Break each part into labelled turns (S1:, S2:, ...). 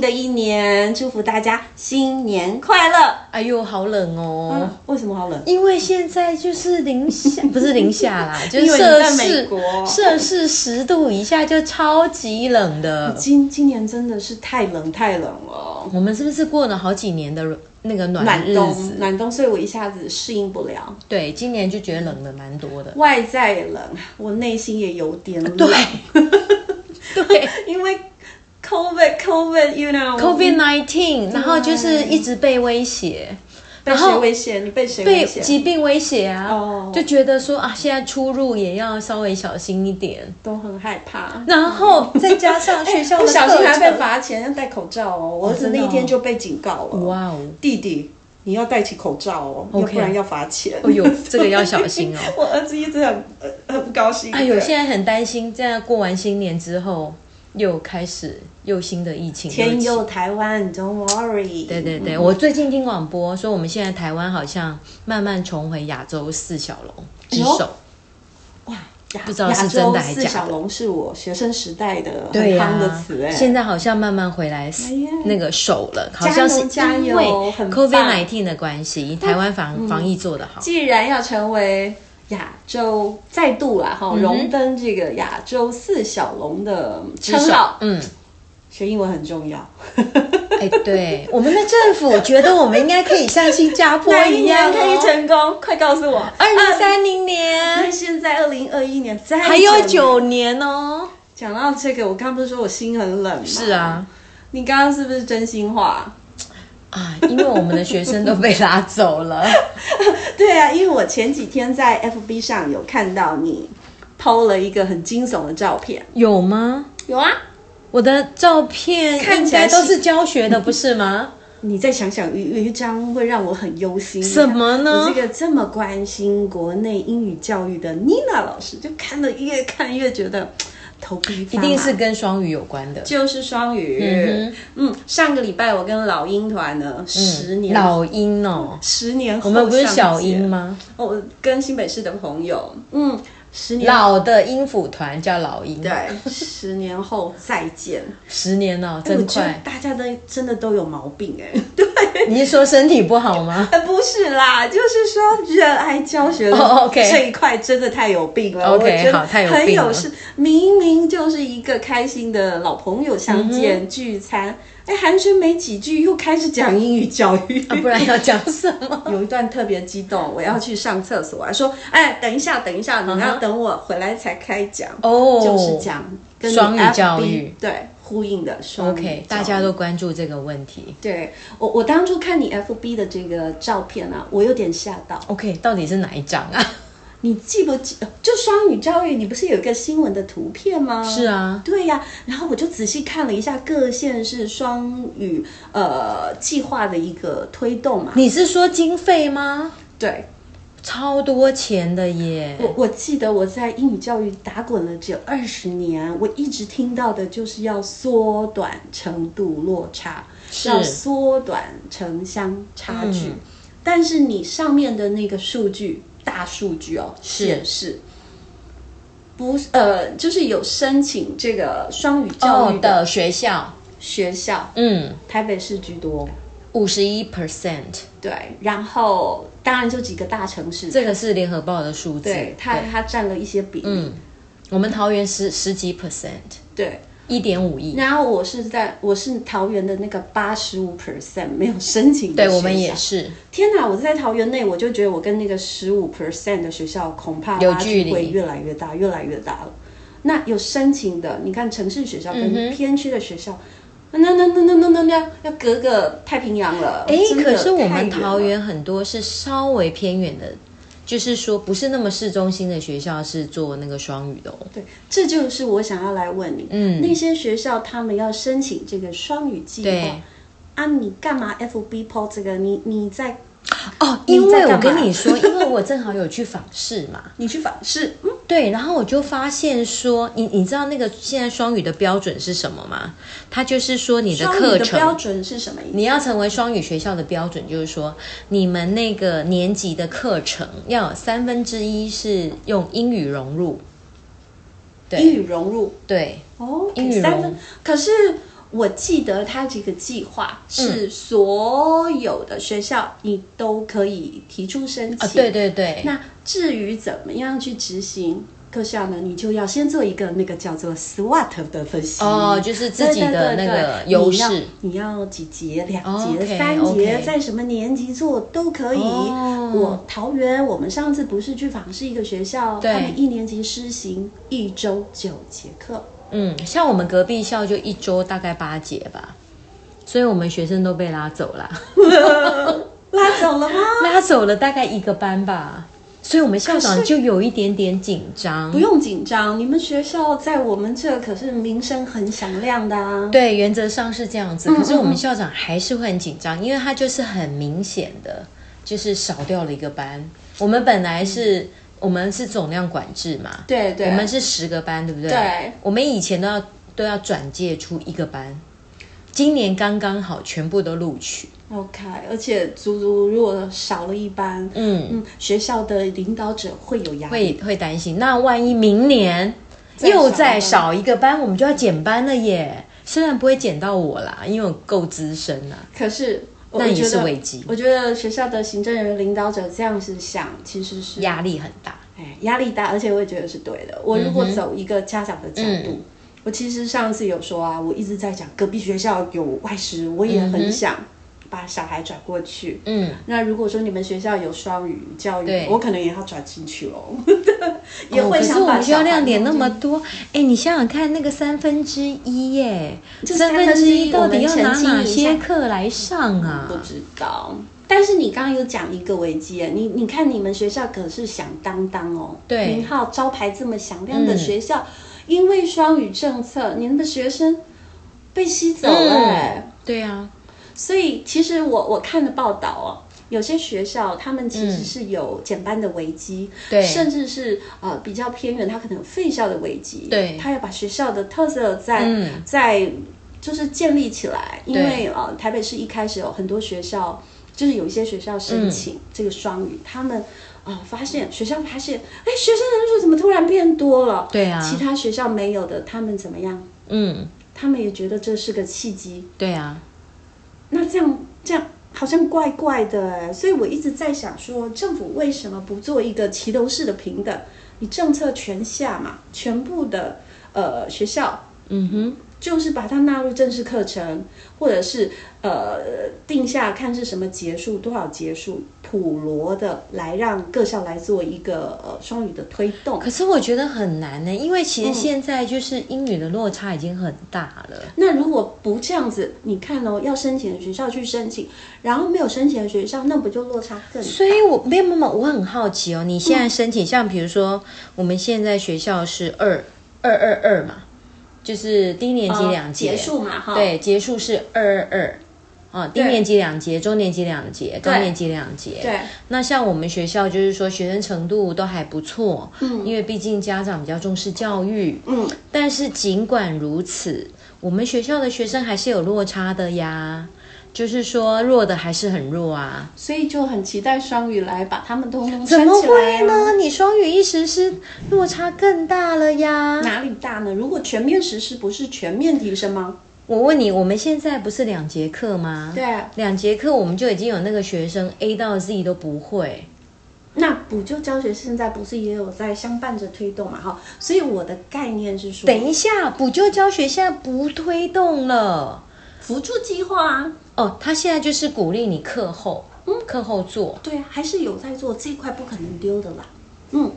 S1: 的一年，祝福大家新年快乐。
S2: 哎呦，好冷哦。
S1: 嗯，为什么好冷？
S2: 因为现在就是 零下，不是零下啦，就
S1: 因
S2: 是
S1: 为你在
S2: 摄
S1: 美
S2: 氏
S1: 国
S2: 摄氏十度以下就超级冷的。
S1: 今今年真的是太冷太冷了，
S2: 我们是不是过了好几年的那个暖
S1: 暖
S2: 日子？
S1: 冬暖冬，所以我一下子适应不了。
S2: 对，今年就觉得冷的蛮 多的。
S1: 外在冷，我内心也有点冷。
S2: 对， 对
S1: 因为 COVID COVID，you know
S2: ，COVID nineteen，然后就是一直被威胁，
S1: 被
S2: 然
S1: 谁
S2: 后
S1: 威胁？你被谁
S2: 被
S1: 威胁？
S2: 疾病威胁啊，
S1: 哦
S2: 就觉得说啊，现在出入也要稍微小心一点。
S1: 都很害怕。
S2: 然后再加上学校的
S1: 哎不小心还被
S2: 课程
S1: 罚钱，要戴口罩哦。我儿子
S2: 真的
S1: 那
S2: 哦
S1: 一天就被警告了。
S2: 哇哦，
S1: 弟弟，你要戴起口罩哦要
S2: OK
S1: 不然要罚钱。
S2: 哦呦这个要小心哦
S1: 我儿子一直很呃很不高兴。
S2: 哎呦，
S1: 对
S2: 现在很担心，这样过完新年之后又开始又新的疫情
S1: 天嗯
S2: 又起。
S1: 佑台湾，Don't worry。
S2: 对对对，我最近听广播说，我们现在台湾好像慢慢重回亚洲四小龙之
S1: 哎呦
S2: 首。
S1: 哇，亚
S2: 不知道是真的还
S1: 亚洲
S2: 是假的
S1: 四小龙是我学生时代的很
S2: 对呀、
S1: 夯的词哎。
S2: 现在好像慢慢回来
S1: 呀
S2: 那个手了，好像是
S1: 加油
S2: 因
S1: 加
S2: 为
S1: 油很棒嗯
S2: COVID 19的关系，台湾防、防疫做得好。
S1: 既然要成为亚洲再度啦哈，荣登这个亚洲四小龙的称号，
S2: 嗯，
S1: 学英文很重要。
S2: 哎、对，我们的政府觉得我们应该可以像 新加坡
S1: 哪一
S2: 一样、
S1: 年
S2: 哦，
S1: 可以成功？快告诉我！
S2: 二零
S1: 啊，
S2: 三零
S1: 那
S2: 年
S1: 现在二零二一年再
S2: 还有
S1: 整
S2: 九年哦。
S1: 讲到这个，我刚不是说我心很冷吗？
S2: 是，啊，
S1: 你刚刚是不是真心话？
S2: 啊，因为我们的学生都被拉走了。
S1: 对啊，因为我前几天在 FB 上有看到你 PO 了一个很惊悚的照片，
S2: 有吗？
S1: 有啊，
S2: 我的照片
S1: 看
S2: 应
S1: 起来
S2: 该都
S1: 是
S2: 是教学的，不是 吗？
S1: 你再想想，有有一张会让我很忧心。
S2: 什么呢
S1: 我这个这么关心国内英语教育的妮娜老师，就看了越看越觉得头皮发
S2: 一
S1: 麻
S2: 定是跟双语有关的。
S1: 就是双语。嗯上个礼拜我跟老鹰团呢，十年
S2: 嗯老鹰哦，
S1: 十年后
S2: 我们不是小
S1: 上
S2: 鹰
S1: 街？
S2: 吗？
S1: 我跟新北市的朋友，嗯，十年
S2: 老的音符团叫老鹰，
S1: 对，十年后再见。
S2: 十年了，
S1: 我
S2: 真
S1: 觉得
S2: 快。
S1: 大家的真的都有毛病哎、
S2: 你是说身体不好 吗？
S1: 呃，不是啦，就是说热爱教学的
S2: 哦，OK
S1: 这一块真的太有病了。
S2: OK，
S1: 我觉得
S2: 好太有
S1: 很
S2: 病
S1: 有
S2: 了
S1: 事，明明就是一个开心的老朋友相
S2: 嗯
S1: 见、聚餐，哎，寒暄没几句，又开始讲英语教育。
S2: 啊不然要讲什 么？
S1: 有一段特别激动，我要去上厕所，我还说：“哎，等一下，等一下，你要等我回来才开讲。”
S2: 嗯哦
S1: 就是讲跟你
S2: 双语
S1: FB
S2: 教育
S1: 对呼应的双语
S2: OK，
S1: 教育
S2: 嗯大家都关注这个问题。
S1: 对我我当初看你 FB 的这个照片啊，我有点吓到。
S2: OK，到底是哪一张啊？
S1: 你记不记？呃就双语教育，你不是有一个新闻的图片吗？
S2: 是啊，
S1: 对呀、然后我就仔细看了一下各县市双语呃计划的一个推动嘛。
S2: 你是说经费吗？
S1: 对，
S2: 超多钱的耶！
S1: 我我记得我在英语教育打滚了只有二十年，我一直听到的就是要缩短程度落差，
S2: 是嗯
S1: 要缩短城乡差距。但是你上面的那个数据，大数据哦，
S2: 是
S1: 显示。不是，呃，就是有申请这个双语教育
S2: 哦
S1: 的
S2: 的学校，
S1: 学校，
S2: 嗯，
S1: 台北市居多，
S2: 五十一 percent，
S1: 对，然后当然就几个大城市，
S2: 这个是联合报的数字。
S1: 对，它它占了一些比例，
S2: 嗯我们桃园十十几 percent，
S1: 对，
S2: 一点五亿。
S1: 然后我是在我是桃园的那个八十五 percent 没有申请的
S2: 对
S1: 学校
S2: 我们也。是，
S1: 天哪！我在桃园内，我就觉得我跟那个十五 percent 的学校恐怕
S2: 有
S1: 拉
S2: 距离
S1: 会越来越大，越来越大了。那有申请的，你看城市学校跟偏区的学校，那那那那那那那要隔个太平洋了。
S2: 哎，
S1: 哦真的
S2: 可是我
S1: 太
S2: 们
S1: 远
S2: 桃
S1: 了
S2: 园很多是稍微偏远的，就是说不是那么市中心的学校是做那个双语的哦。
S1: 对，这就是我想要来问你，嗯，那些学校他们要申请这个双语计划
S2: 对。
S1: 啊，你干嘛 FB PO 这个？你你在
S2: 哦，
S1: 你
S2: 因
S1: 在
S2: 为我
S1: 干嘛
S2: 跟你说，因为我正好有去访视嘛，
S1: 你去访视，嗯，
S2: 对，然后我就发现说，你你知道那个现在双语的标准是什么吗？它就是说你的
S1: 双语
S2: 课
S1: 的
S2: 程
S1: 标准是什么意思？
S2: 你要成为双语学校的标准，就是说你们那个年级的课程要有三分之一是用英语融入。对
S1: 英语融入
S2: 对，
S1: 哦，
S2: 英语
S1: 三
S2: 融
S1: 分。可是我记得它这个计划
S2: 嗯
S1: 是所有的学校你都可以提出申请。
S2: 啊，对对对，
S1: 那至于怎么样去执行，各校呢，你就要先做一个那个叫做 SWOT 的分析。
S2: 哦，就是自己的那
S1: 对
S2: 个
S1: 对对对
S2: 优势，
S1: 你要你要几节、两
S2: 哦
S1: 节、
S2: ，OK，
S1: 三节
S2: OK
S1: 在什么年级做都可以。
S2: 哦
S1: 我桃园，我们上次不是去访视一个学校，
S2: 对
S1: 他们一年级施行一周九节课，
S2: 嗯，像我们隔壁校就一周大概八节吧，所以我们学生都被拉走 了，
S1: 拉走 了吗？
S2: 拉走了大概一个班吧，所以我们校长就有一点点紧张
S1: 不。用紧张，你们学校在我们这可是名声很响亮的啊。
S2: 对，原则上是这样子，
S1: 嗯
S2: 可是我
S1: 嗯
S2: 们
S1: 嗯
S2: 校长还是会很紧张，因为他就是很明显的，就是少掉了一个班。我们本来是，我们是总量管制嘛，
S1: 对对，
S2: 我们是十个班，对不对？
S1: 对，
S2: 我们以前都要都要转介出一个班，今年刚刚好全部都录取。
S1: OK，而且足足如果少了一班，
S2: 嗯，
S1: 嗯，学校的领导者会有压力。
S2: 会会担心。那万一明年
S1: 再
S2: 又
S1: 少
S2: 再
S1: 呢
S2: 少一个班，我们就要减班了耶。虽然不会减到我啦，因为我够资深啊啦。
S1: 可是我
S2: 那也
S1: 我觉得
S2: 是危机
S1: 我觉得学校的行政人员领导者这样子想，其实是
S2: 压力很大。
S1: 哎压力大，而且我也觉得是对的。我如果走一个家长的角
S2: 嗯
S1: 度。我其实上次有说啊，我一直在讲隔壁学校有外师，我也很想把小孩转过去。
S2: 嗯，
S1: 那如果说你们学校有双语教育
S2: 对，
S1: 我可能也要转进去 喽，也会
S2: 哦可是
S1: 想
S2: 我
S1: 把
S2: 们学
S1: 小
S2: 校
S1: 孩
S2: 亮点那
S1: 弄进
S2: 么多，哎，你想想看，那个三分之一耶，三
S1: 三分之一
S2: 一到底要
S1: 我们
S2: 拿
S1: 澄清
S2: 哪
S1: 一下
S2: 些课来上啊？
S1: 不知道。但是你刚刚有讲一个危机耶，你你看你们学校可是响当当哦，
S2: 对嗯
S1: 名号招牌这么响亮的学校，因为双语政策，你们的学生被吸走了耶、
S2: 嗯，对啊，
S1: 所以其实我我看的报道哦，有些学校他们其实是有减班的危机，
S2: 嗯对
S1: 甚至是呃比较偏远，他可能有废校的危机，
S2: 对
S1: 他要把学校的特色在、
S2: 嗯
S1: 在就是建立起来，因
S2: 对
S1: 为呃台北市一开始有很多学校。就是有一些学校申
S2: 嗯
S1: 请这个双语，他们啊、呃发现学校发现，哎，学生人数怎么突然变多了？
S2: 对啊
S1: 其他学校没有的，他们怎么样？
S2: 嗯，
S1: 他们也觉得这是个契机，
S2: 对啊，
S1: 那这样这样好像怪怪的欸，所以我一直在想说，政府为什么不做一个齐头式的平等？你政策全下嘛，全部的呃学校
S2: 嗯哼，
S1: 就是把它纳入正式课程，或者是呃定下看是什么结束多少结束，普罗的来让各校来做一个呃双语的推动。
S2: 可是我觉得很难呢，因为其
S1: 嗯
S2: 实现在就是英语的落差已经很大了。
S1: 那如果不这样子，你看哦，要申请的学校去申请，然后没有申请的学校，那不就落差更大？嗯
S2: 所以我没有没有，没有我很好奇哦。你现在申请，像比如说我们现在学校是二二二二嘛，就是低年级
S1: 呃
S2: 两节、
S1: 结束嘛哈
S2: 对，结束是二二二。啊，低
S1: 对
S2: 年级两节，中年级两节，高
S1: 对
S2: 年级两节。
S1: 对，
S2: 那像我们学校就是说学生程度都还不错，嗯，因为毕竟家长比较重视教育，
S1: 嗯，
S2: 但是尽管如此，我们学校的学生还是有落差的呀，就是说弱的还是很弱啊，
S1: 所以就很期待双语来把他们都弄
S2: 怎
S1: 圈
S2: 么
S1: 哦起来、
S2: 会
S1: 啊、
S2: 呢？你双语一实施，落差更大了呀！
S1: 哪里大呢？如果全面实施，不是全面提升吗？
S2: 我问你，我们现在不是两节课吗？
S1: 对，啊
S2: 两节课我们就已经有那个学生 A 到 Z 都不会，
S1: 那补救教学现在不是也有在相伴着推动嘛？哈，所以我的概念是说，
S2: 等一下补救教学现在不推动了
S1: 辅助计划啊，
S2: 哦，他现在就是鼓励你课后，
S1: 嗯
S2: 课后做。
S1: 对啊，还是有在做这一块，不可能丢的啦。嗯，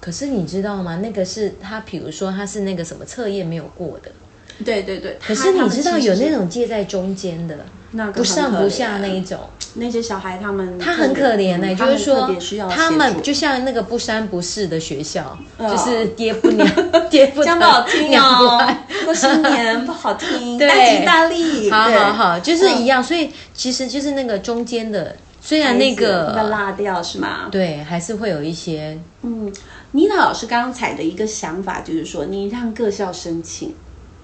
S2: 可是你知道吗？那个是他，比如说他是那个什么测验没有过的，
S1: 对对对。可
S2: 可是你知道有那种介在中间的，
S1: 那个
S2: 不上不下
S1: 很
S2: 那
S1: 可怜
S2: 一种。
S1: 那些小孩，他们
S2: 他很可怜呢、
S1: 嗯
S2: 就是
S1: 他们特
S2: 说
S1: 别需要
S2: 他
S1: 协
S2: 们
S1: 助嗯
S2: 就像那个不三不四的学校，就是爹不 娘爹不
S1: 这样不好
S2: 娘
S1: 听
S2: 娘不
S1: 哦
S2: 爱。，
S1: 过新 年不好听，
S2: 对
S1: 大吉大利。
S2: 好
S1: 对嗯
S2: 好好，就是一样。所以其实就是那个中间的，虽然那
S1: 孩子要
S2: 个
S1: 落掉是吗？
S2: 对还是会有一些，
S1: 嗯，妮娜老师刚才的一个想法就是说，你让各校申请，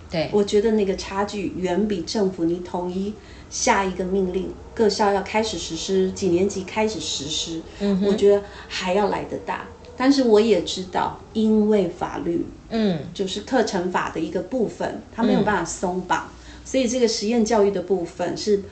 S2: 对
S1: 我觉得那个差距远比政府你统一下一个命令，各校要开始实施，几年级开始实施，嗯，我觉得还要来得大。但是我也知道，因为法律
S2: 嗯嗯
S1: 就是课程法的一个部分，它没有办法松绑，所以这个实验教育的部分是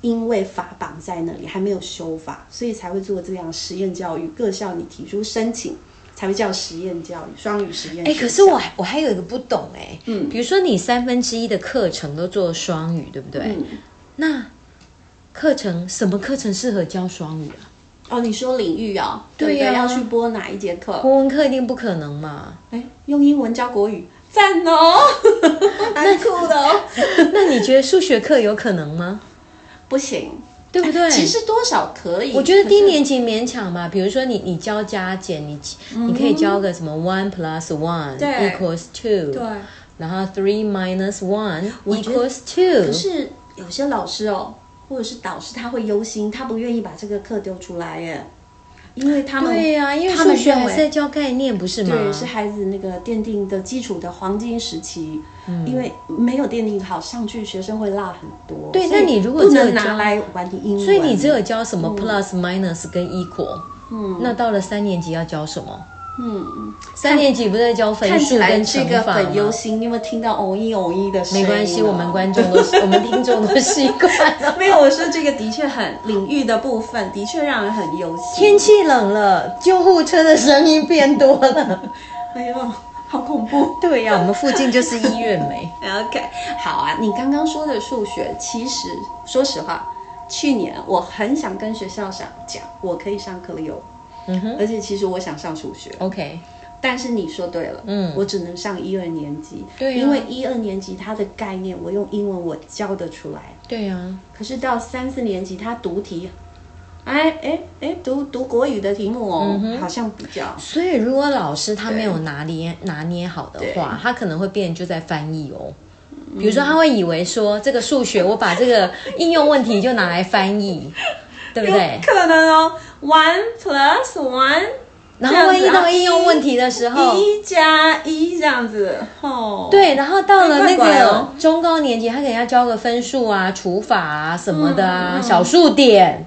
S1: 因为法绑在那里，还没有修法，所以才会做这样实验教育。各校你提出申请，才会叫实验教育，双语实验学
S2: 哎、
S1: 校。
S2: 可是我还我还有一个不懂哎、嗯，比如说你三分之一的课程都做双语，对不对？
S1: 嗯
S2: 那课程什么课程适合教双语啊？
S1: 哦，你说领域哦，对不
S2: 对啊呀
S1: 要去播哪一节课？
S2: 国文课一定不可能 嘛？
S1: 哎，用英文教国语，赞哦， 蛮酷的哦。
S2: 那你觉得数学课有可能吗？
S1: 不行，
S2: 对不 对？
S1: 哎其实多少可以。
S2: 我觉得低年级勉强嘛，比如说你你教加减，你你可以教个什么 one plus one
S1: 嗯对
S2: equals two，
S1: 对，
S2: 然后 three minus one
S1: 觉得
S2: equals two，
S1: 可是有些老师哦，或者是导师，他会忧心，他不愿意把这个课丢出来耶，因为他们
S2: 对呀、因为
S1: 他
S2: 数
S1: 们
S2: 学
S1: 认
S2: 还
S1: 为
S2: 是在教概念，不是吗？
S1: 对，是孩子那个奠定的基础的黄金时期，
S2: 嗯
S1: 因为没有奠定好，上去学生会落很多。
S2: 对
S1: 所以
S2: 那你如果
S1: 不
S2: 这个
S1: 能拿
S2: 教
S1: 来玩你英文，
S2: 所以你只有教什么 plus、minus 跟 equal，
S1: 嗯
S2: 那到了三年级要教什么？
S1: 嗯，
S2: 三年级不是在教分
S1: 看
S2: 数
S1: 起来
S2: 跟
S1: 这
S2: 乘
S1: 个
S2: 法
S1: 很忧
S2: 吗？
S1: 心，你有没有听到哦一哦一的声
S2: 没
S1: 音啊？
S2: 关系，我们观众都是，我们听众都习惯了。
S1: 没有，我说这个的确很领域的部分，的确让人很忧心。
S2: 天气冷了，救护车的声音变多了。
S1: 哎呦，好恐怖。
S2: 对呀、我们附近就是医院没。
S1: OK，好啊，你刚刚说的数学，其实说实话，去年我很想跟学校上讲，我可以上科优，
S2: 嗯哼
S1: 而且其实我想上数学，
S2: ，OK，
S1: 但是你说对了，
S2: 嗯
S1: 我只能上一二年级，
S2: 对啊
S1: 因为一二年级它的概念我用英文我教得出来，
S2: 对啊呀、
S1: 可是到三四年级它读题，哎哎哎，读读国语的题目
S2: 嗯
S1: 哦，好像比较
S2: 所以如果老师他没有拿捏拿捏好的话，他可能会变就在翻译哦。比如说，他会以为说这个数学，我把这个应用问题就拿来翻 译，对不对？
S1: 可能哦，one plus one。
S2: 然后万一
S1: 这样子啊
S2: 到应用问题的时候，
S1: 一加一这样子，哦，，
S2: 对，然后到了
S1: 怪
S2: 那
S1: 怪
S2: 个
S1: 哦
S2: 中高年级，他给人家教个分数啊、除法啊什么的啊、小数点，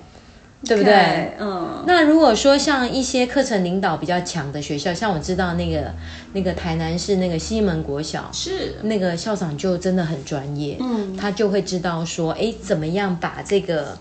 S2: 对不对？？
S1: 嗯，
S2: 那如果说像一些课程领导比较强的学校，像我知道那个那个台南市那个西门国小，
S1: 是，
S2: 那个校长就真的很专业，
S1: 嗯
S2: 他就会知道说，哎，怎么样把这个，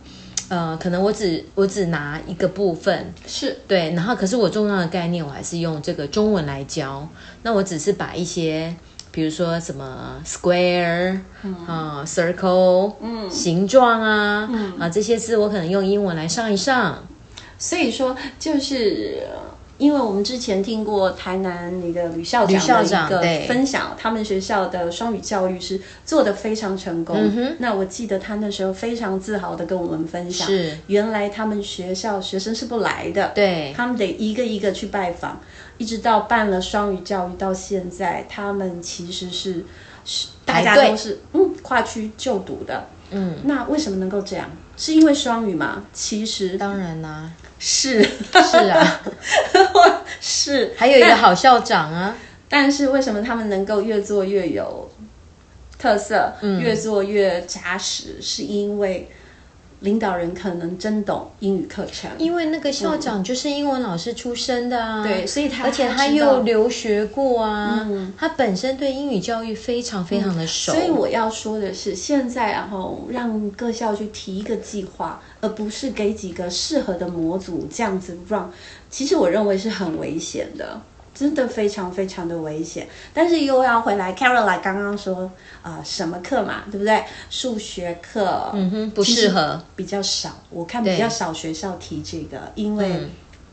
S2: 呃，可能我只我只拿一个部分，
S1: 是，
S2: 对，然后可是我重要的概念我还是用这个中文来教，那我只是把一些，比如说什么 square
S1: 嗯
S2: 啊、circle，嗯，形状啊，
S1: 嗯
S2: 啊这些字我可能用英文来上一上，
S1: 所以说就是。呃因为我们之前听过台南那个吕校
S2: 吕校长
S1: 长的一
S2: 对
S1: 个分享，他们学校的双语教育是做的非常成功。
S2: 嗯
S1: 那我记得他那时候非常自豪的跟我们分享，
S2: 是
S1: 原来他们学校学生是不来的，
S2: 对，
S1: 他们得一个一个去拜访，一直到办了双语教育到现在，他们其实是是大家
S2: 排队
S1: 都是嗯跨区就读的，嗯，那为什么能够这样？是因为双语吗？其实
S2: 当然啦、
S1: 是
S2: 是啊，
S1: 是，
S2: 还有一个好 校长啊，
S1: 但是为什么他们能够越做越有特色，
S2: 嗯
S1: 越做越扎实？是因为领导人可能真懂英语课程，
S2: 因为那个校
S1: 嗯
S2: 长就是英文老师出身的啊，
S1: 对，所以他
S2: 而且他
S1: 知道嗯
S2: 又留学过啊，他本身对英语教育非常非常的熟，
S1: 所以我要说的是，现在然后让各校去提一个计划，而不是给几个适合的模组这样子 run，其实我认为是很危险的。真的非常非常的危险，但是又要回来。Caroline 刚刚说啊、呃什么课嘛，对不对？数学课，
S2: 嗯哼，不适合。
S1: 比较少，我看比较少学校提这个，因为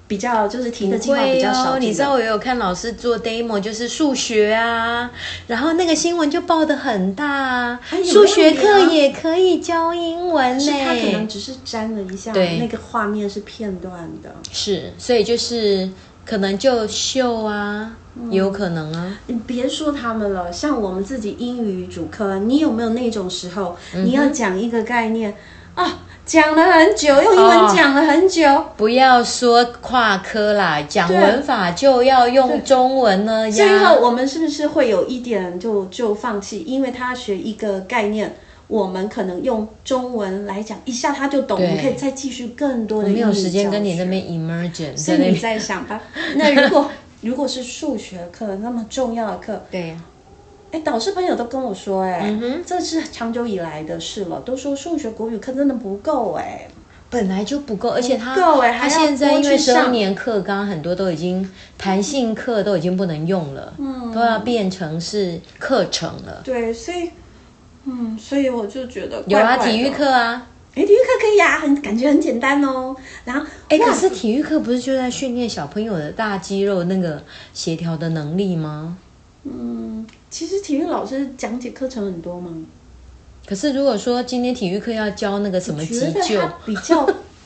S1: 比较就是提的计划比
S2: 嗯会
S1: 较少、
S2: 哦，你知道我有看老师做 demo，就是数学啊，然后那个新闻就报的很大啊，
S1: 有
S2: 数学课
S1: 道理啊
S2: 也可以教英文
S1: 是他可能
S2: 呢，
S1: 只是粘了一下，
S2: 哦对
S1: 那个画面是片段的。
S2: 是，所以就是可能就秀啊，
S1: 嗯
S2: 也有可能啊，
S1: 你嗯别说他们了，像我们自己英语主科，你有没有那种时候，
S2: 嗯
S1: 你要讲一个概念啊，讲了很久，用英
S2: 哦
S1: 文讲了很久，
S2: 不要说跨科啦，讲
S1: 对
S2: 文法就要用中文了呀。
S1: 最后我们是不是会有一点就就放弃？因为他学一个概念，我们可能用中文来讲，一下他就懂，
S2: 对
S1: 我们可以再继续更多的
S2: 我没有
S1: 英语
S2: 时间
S1: 教
S2: 跟你
S1: 学
S2: 那边 emergent
S1: 所
S2: 在
S1: 以你
S2: 那
S1: 啊
S2: 边。
S1: 再想吧。那如果如果是数学课那么重要的课，
S2: 对，
S1: 哎，导师朋友都跟我说、哎、
S2: 嗯哼
S1: 这是长久以来的事了，都说数学国语课真的不够、哎，
S2: 本来就不够，而且他
S1: 不够欸还
S2: 他
S1: 要
S2: 现在因
S1: 多
S2: 为
S1: 去
S2: 十二
S1: 上
S2: 年课纲很多都已经弹性课都已经不能用了，嗯，都要变成是课程了。
S1: 对，所以，嗯，所以我就觉得
S2: 有
S1: 怪
S2: 啊，
S1: 怪的
S2: 体育，课啊，
S1: 哎，体育课可以啊，很感觉很简单哦。然后，
S2: 哎，
S1: 哇
S2: 可是体育课不是就在训练小朋友的大肌肉那个协调的能力吗？
S1: 嗯其实体育老师讲解课程很多吗？
S2: 可是如果说今天体育课要教那个什么
S1: 觉
S2: 急
S1: 得
S2: 救
S1: 他，比较，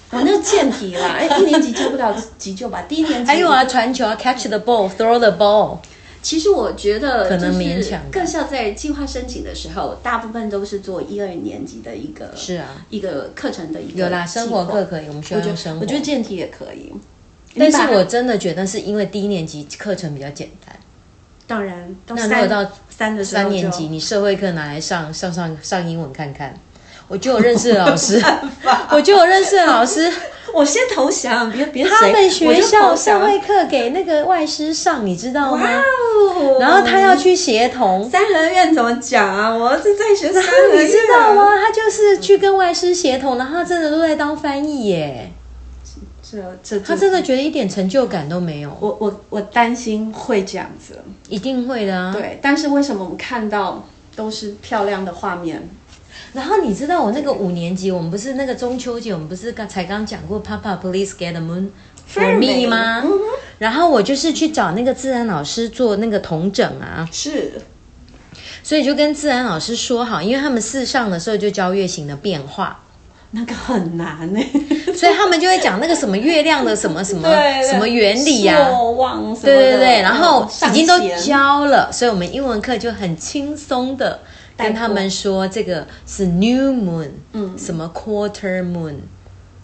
S1: 我那健体啦，哎，一年级教不到急救吧，低年级
S2: 还有啊，传球啊，catch the ball，throw the ball，
S1: 其实我觉得，
S2: 可
S1: 就
S2: 能勉
S1: 是
S2: 强吧
S1: 各校在计划申请的时候，大部分都是做一二年级的一个
S2: 是啊，
S1: 一个课程的一个
S2: 有啦，生活
S1: 计划
S2: 课可以，我们需
S1: 我
S2: 要
S1: 觉
S2: 用
S1: 得
S2: 生活
S1: 我觉。得健体也可以，
S2: 但
S1: 你把
S2: 是
S1: 它
S2: 我真的觉得是因为低年级课程比较简单。
S1: 当然到
S2: 那如果
S1: 三
S2: 到
S1: 三的时候
S2: 三年
S1: 就
S2: 级，你社会课拿来上上上上英文看看。我就有认识的老 师，我就有认识的老师，
S1: 我先投降，别别
S2: 他
S1: 谁
S2: 们
S1: 我
S2: 学
S1: 就
S2: 校
S1: 投
S2: 社
S1: 降
S2: 会课给那个外师上，你知道吗？
S1: 哦
S2: 然后他要去协同，
S1: 三合院怎么讲啊？我儿子在学三合院， 啊
S2: 你知道？吗？他就是去跟外师协同，然后他真的都在当翻译耶，
S1: 这这
S2: 他
S1: 这，
S2: 真的觉得一点成就感都没有，
S1: 我我我担心会这样子。
S2: 一定会的啊。
S1: 对，但是为什么我们看到都是漂亮的画面？
S2: 然后你知道我那个五年级，我们不是那个中秋节，我们不是刚才刚讲过 Papa Please Get the Moon for me 吗？然后我就是去找那个自然老师做那个同整啊，
S1: 是，
S2: 所以就跟自然老师说好，因为他们四上的时候就教月形的变化，
S1: 那个很难呢、欸
S2: 所以他们就会讲那个什么月亮的什么什么什么原理啊呀、
S1: 朔望什么的
S2: 对对对，然后已经都
S1: 上弦
S2: 教了，所以我们英文课就很轻松的
S1: 带
S2: 跟
S1: 过
S2: 他们说这个是 new moon，
S1: 嗯
S2: 什么 quarter moon，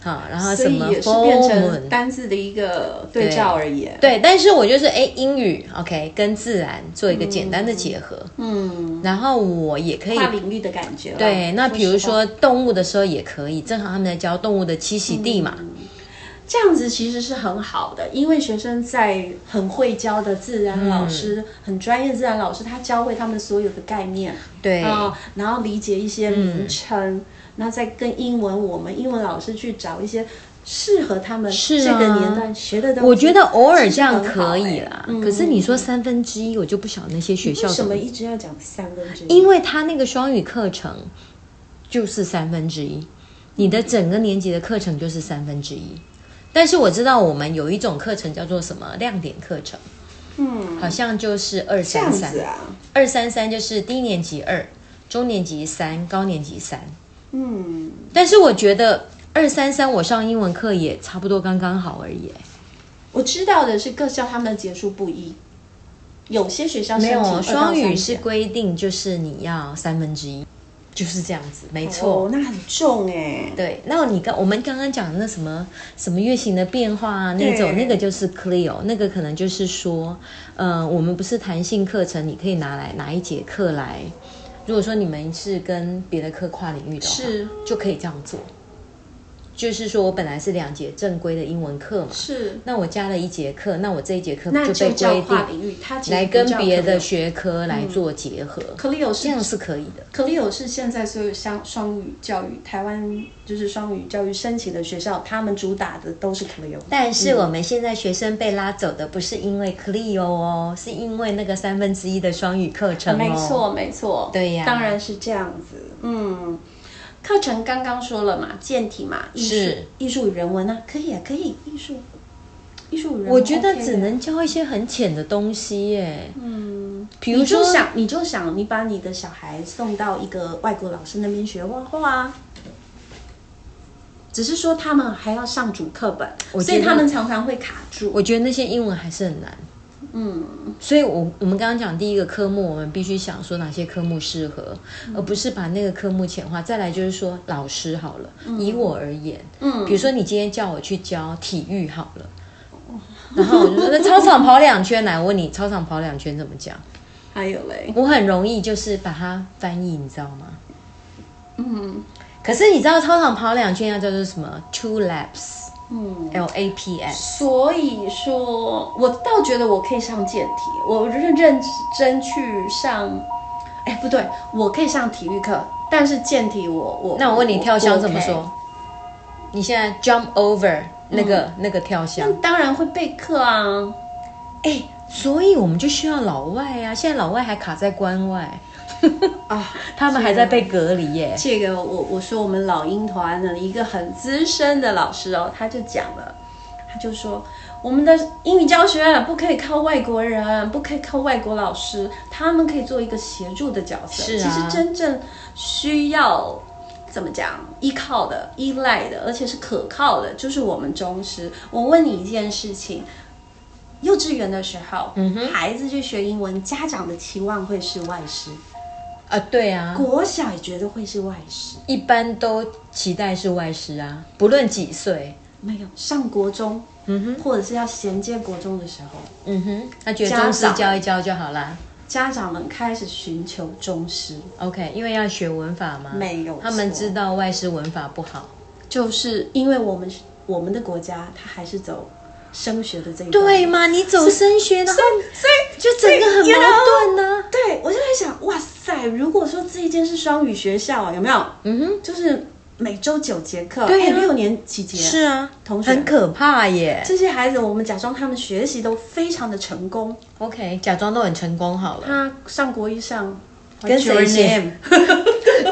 S2: 好，然后
S1: 所
S2: 啊什
S1: 以
S2: 么
S1: 也是变
S2: full
S1: 成
S2: moon，
S1: 单字的一个对照而已。
S2: 对，但是我就是哎英语 OK 跟自然做一个简单的结合，
S1: 嗯，
S2: 然后我也可以
S1: 跨领域的感觉啦。
S2: 对，那比如
S1: 实话
S2: 说动物的时候也可以，正好他们在教动物的栖息地嘛，
S1: 嗯这样子其实是很好的，因为学生在很会教的自然老
S2: 嗯
S1: 师，很专业的自然老师，他教会他们所有的概念。
S2: 对，嗯
S1: 啊，然后理解一些名称，那再跟英文我们英文老师去找一些适合他们
S2: 是
S1: 这
S2: 啊
S1: 个年段学的东西。
S2: 我觉得偶尔这样
S1: 其实很好
S2: 可以
S1: 欸
S2: 啦，
S1: 嗯
S2: 可是你说三分之一，我就不晓得那些学
S1: 为
S2: 校怎
S1: 什
S2: 么
S1: 么，一直要讲三分之一？
S2: 因为他那个双语课程就是三分之一，你的整个年级的课程就是三分之一。但是我知道我们有一种课程叫做什么亮点课程，
S1: 嗯，
S2: 好像就是二
S1: 这样
S2: 三三
S1: 子，啊，
S2: 二三三就是低年级二，中年级三，高年级三。
S1: 嗯，
S2: 但是我觉得二三三我上英文课也差不多刚刚好而已。
S1: 我知道的是各校他们的结束不一，有些学校
S2: 没
S1: 申
S2: 有
S1: 请
S2: 哦，
S1: 二到
S2: 双语
S1: 三
S2: 是
S1: 节
S2: 规定就是你要三分之一，就是这样子，没错。
S1: 哦，那很重哎、
S2: 对，那你刚我们刚刚讲的那什么什么月形的变化啊，那种
S1: 对
S2: 那个就是 Clio，那个可能就是说，呃，我们不是弹性课程，你可以拿来哪一节课来。如果说你们是跟别的课跨领域的话，
S1: 是
S2: 就可以这样做。就是说我本来是两节正规的英文课嘛，
S1: 是，
S2: 那我加了一节课，那我这一节课
S1: 那
S2: 被
S1: 就
S2: 规
S1: 叫跨
S2: 定
S1: 领域，它其实
S2: 来跟
S1: 不叫嗯
S2: 别的
S1: Clio
S2: 学科来做结合，
S1: Clio
S2: 这
S1: 是
S2: 样是可以的。
S1: 可 l i 是现在所有像双语教育，台湾就是双语教育申请的学校，他们主打的都是可 l i
S2: 但是
S1: 嗯
S2: 我们现在学生被拉走的不是因为 Clio 哦，是因为那个三分之一的双语课程、哦。
S1: 没，错，没错，
S2: 对呀
S1: 当然是这样子。嗯，课程刚刚说了嘛，健体嘛，艺术
S2: 是、
S1: 艺术与人文啊，可以啊，可以，艺术、艺术与人文，
S2: 我觉得
S1: OK 的
S2: 只能教一些很浅的东西耶。嗯，比如
S1: 你
S2: 说
S1: 就想，你就想，你把你的小孩送到一个外国老师那边学画画啊。只是说他们还要上主课本，
S2: 我
S1: 所以
S2: 觉得
S1: 他们常常会卡住。
S2: 我觉得那些英文还是很难。嗯，所以我我们刚刚讲第一个科目，我们必须想说哪些科目适合，而不是把那个科目浅化。再来就是说老师好了，以我而言，嗯，比如说你今天叫我去教体育好了。然后我就说，那操场跑两圈啊来，我问你，操场跑两圈怎么讲？
S1: 还有嘞，
S2: 我很容易就是把它翻译，你知道吗？
S1: 嗯
S2: 可是你知道操场跑两圈要叫做什么？Two laps，L
S1: 嗯，
S2: A P S。
S1: 所以说，我倒觉得我可以上健体，我认认真去上哎，不对，我可以上体育课，但是健体我我
S2: 那我问你跳箱怎么？
S1: 我
S2: 说？你现在 jump over 那个、那个跳箱
S1: 我 OK，那当然会备课啊。
S2: 哎、所以我们就需要老外啊！现在老外还卡在关外，
S1: 啊，
S2: 他们还在被隔离耶。
S1: 这个我我说我们老鹰团的一个很资深的老师哦，他就讲了，他就说我们的英语教学啊不可以靠外国人，不可以靠外国老师，他们可以做一个协助的角色。
S2: 是啊
S1: 其实真正需要。怎么讲？依靠的、依赖的，而且是可靠的，就是我们中师。我问你一件事情：幼稚园的时候，
S2: 嗯
S1: 孩子去学英文，家长的期望会是外师，
S2: 啊，对啊，
S1: 国小也觉得会是外师。
S2: 一般都期待是外师啊，不论几岁。
S1: 没有上国中，嗯哼，或者是要衔接国中的时候，
S2: 嗯哼，他觉得
S1: 家
S2: 中式
S1: 长
S2: 教一教就好啦。
S1: 家长们开始寻求中师，
S2: OK，因为要学文法嘛，
S1: 没有
S2: 他们
S1: 错
S2: 知道外师文法不好。
S1: 就是因为我们我们的国家，它还是走升学的这一段，
S2: 对嘛？你走升学，然后
S1: 所以
S2: 就整个很矛。盾啊呢、
S1: 对，我就在想，哇塞，如果说这一间是双语学校，啊有没有？
S2: 嗯哼，
S1: 就是每周九节课，
S2: 对啊
S1: 哎六年几节？
S2: 是啊，
S1: 同学
S2: 很可怕耶。
S1: 这些孩子，我们假装他们学习都非常的成功，
S2: OK，假装都很成功好了。
S1: 他上国一上
S2: 跟谁
S1: What's your
S2: 学
S1: name？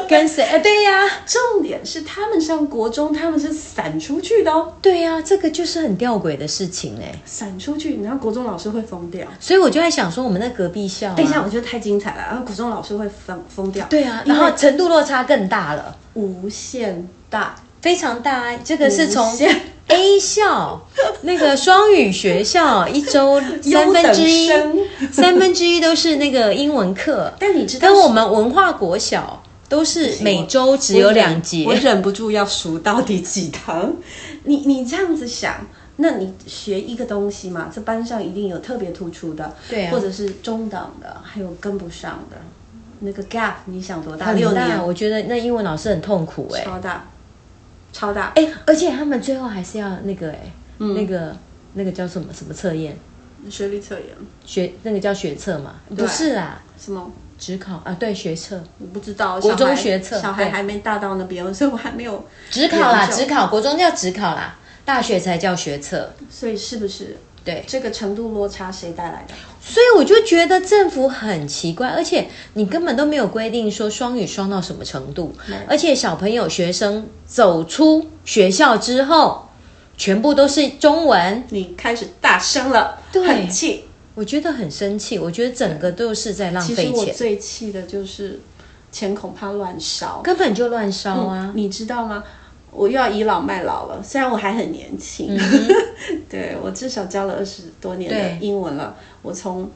S2: 跟谁？哎，对呀、
S1: 重点是他们上国中，他们是散出去的哦，
S2: 对呀、这个就是很吊诡的事情哎。
S1: 散出去，然后国中老师会疯掉。
S2: 所以我就在想说，我们那隔壁校、啊，
S1: 等一下，我觉得太精彩了，然后国中老师会疯疯掉。
S2: 对啊，
S1: 因
S2: 然
S1: 为
S2: 后程度落差更大了，
S1: 无限大，
S2: 非常大啊。这个是从
S1: 无限
S2: A 校那个双语学校，一周三分之一
S1: 优等，
S2: 三分之一都是那个英文课，
S1: 但你知道
S2: 跟我们文化国小都是每周只有两节
S1: 我。忍不住要数到底几堂。 你你这样子想，那你学一个东西嘛，这班上一定有特别突出的，
S2: 对啊
S1: 或者是中等的，还有跟不上的，那个 gap 你想多大？
S2: 很
S1: 六
S2: 大，
S1: 年，欸
S2: 我觉得那英文老师很痛苦哎、
S1: 超大，超大。
S2: 哎、而且他们最后还是要那个哎、
S1: 嗯
S2: 那个那个叫什么什么测验，
S1: 学历测验
S2: 学那个叫学测嘛？
S1: 对嗯
S2: 不是啦，
S1: 什么？
S2: 职考啊，对，学测，
S1: 我不知道，
S2: 国
S1: 小孩
S2: 中学测
S1: 小孩
S2: 对
S1: 还没大到那边，所以我还没有
S2: 职考啦，
S1: 研究
S2: 职考，国中叫职考啦，大学才叫学测。
S1: 所以是不是
S2: 对，
S1: 这个程度落差谁带来的？
S2: 所以我就觉得政府很奇怪，而且你根本都没有规定说双语双到什么程度，而且小朋友学生走出学校之后，全部都是中文，
S1: 你开始大声了，
S2: 对
S1: 很气。
S2: 我觉得很生气，我觉得整个都是在浪
S1: 其实
S2: 费
S1: 我
S2: 钱，
S1: 最气的就是钱恐怕乱烧。
S2: 根本就乱烧
S1: 嗯
S2: 啊。
S1: 你知道吗？我又要倚老卖老了，虽然我还很年轻，
S2: 嗯
S1: 对我至少教了二十多年的英文了。我从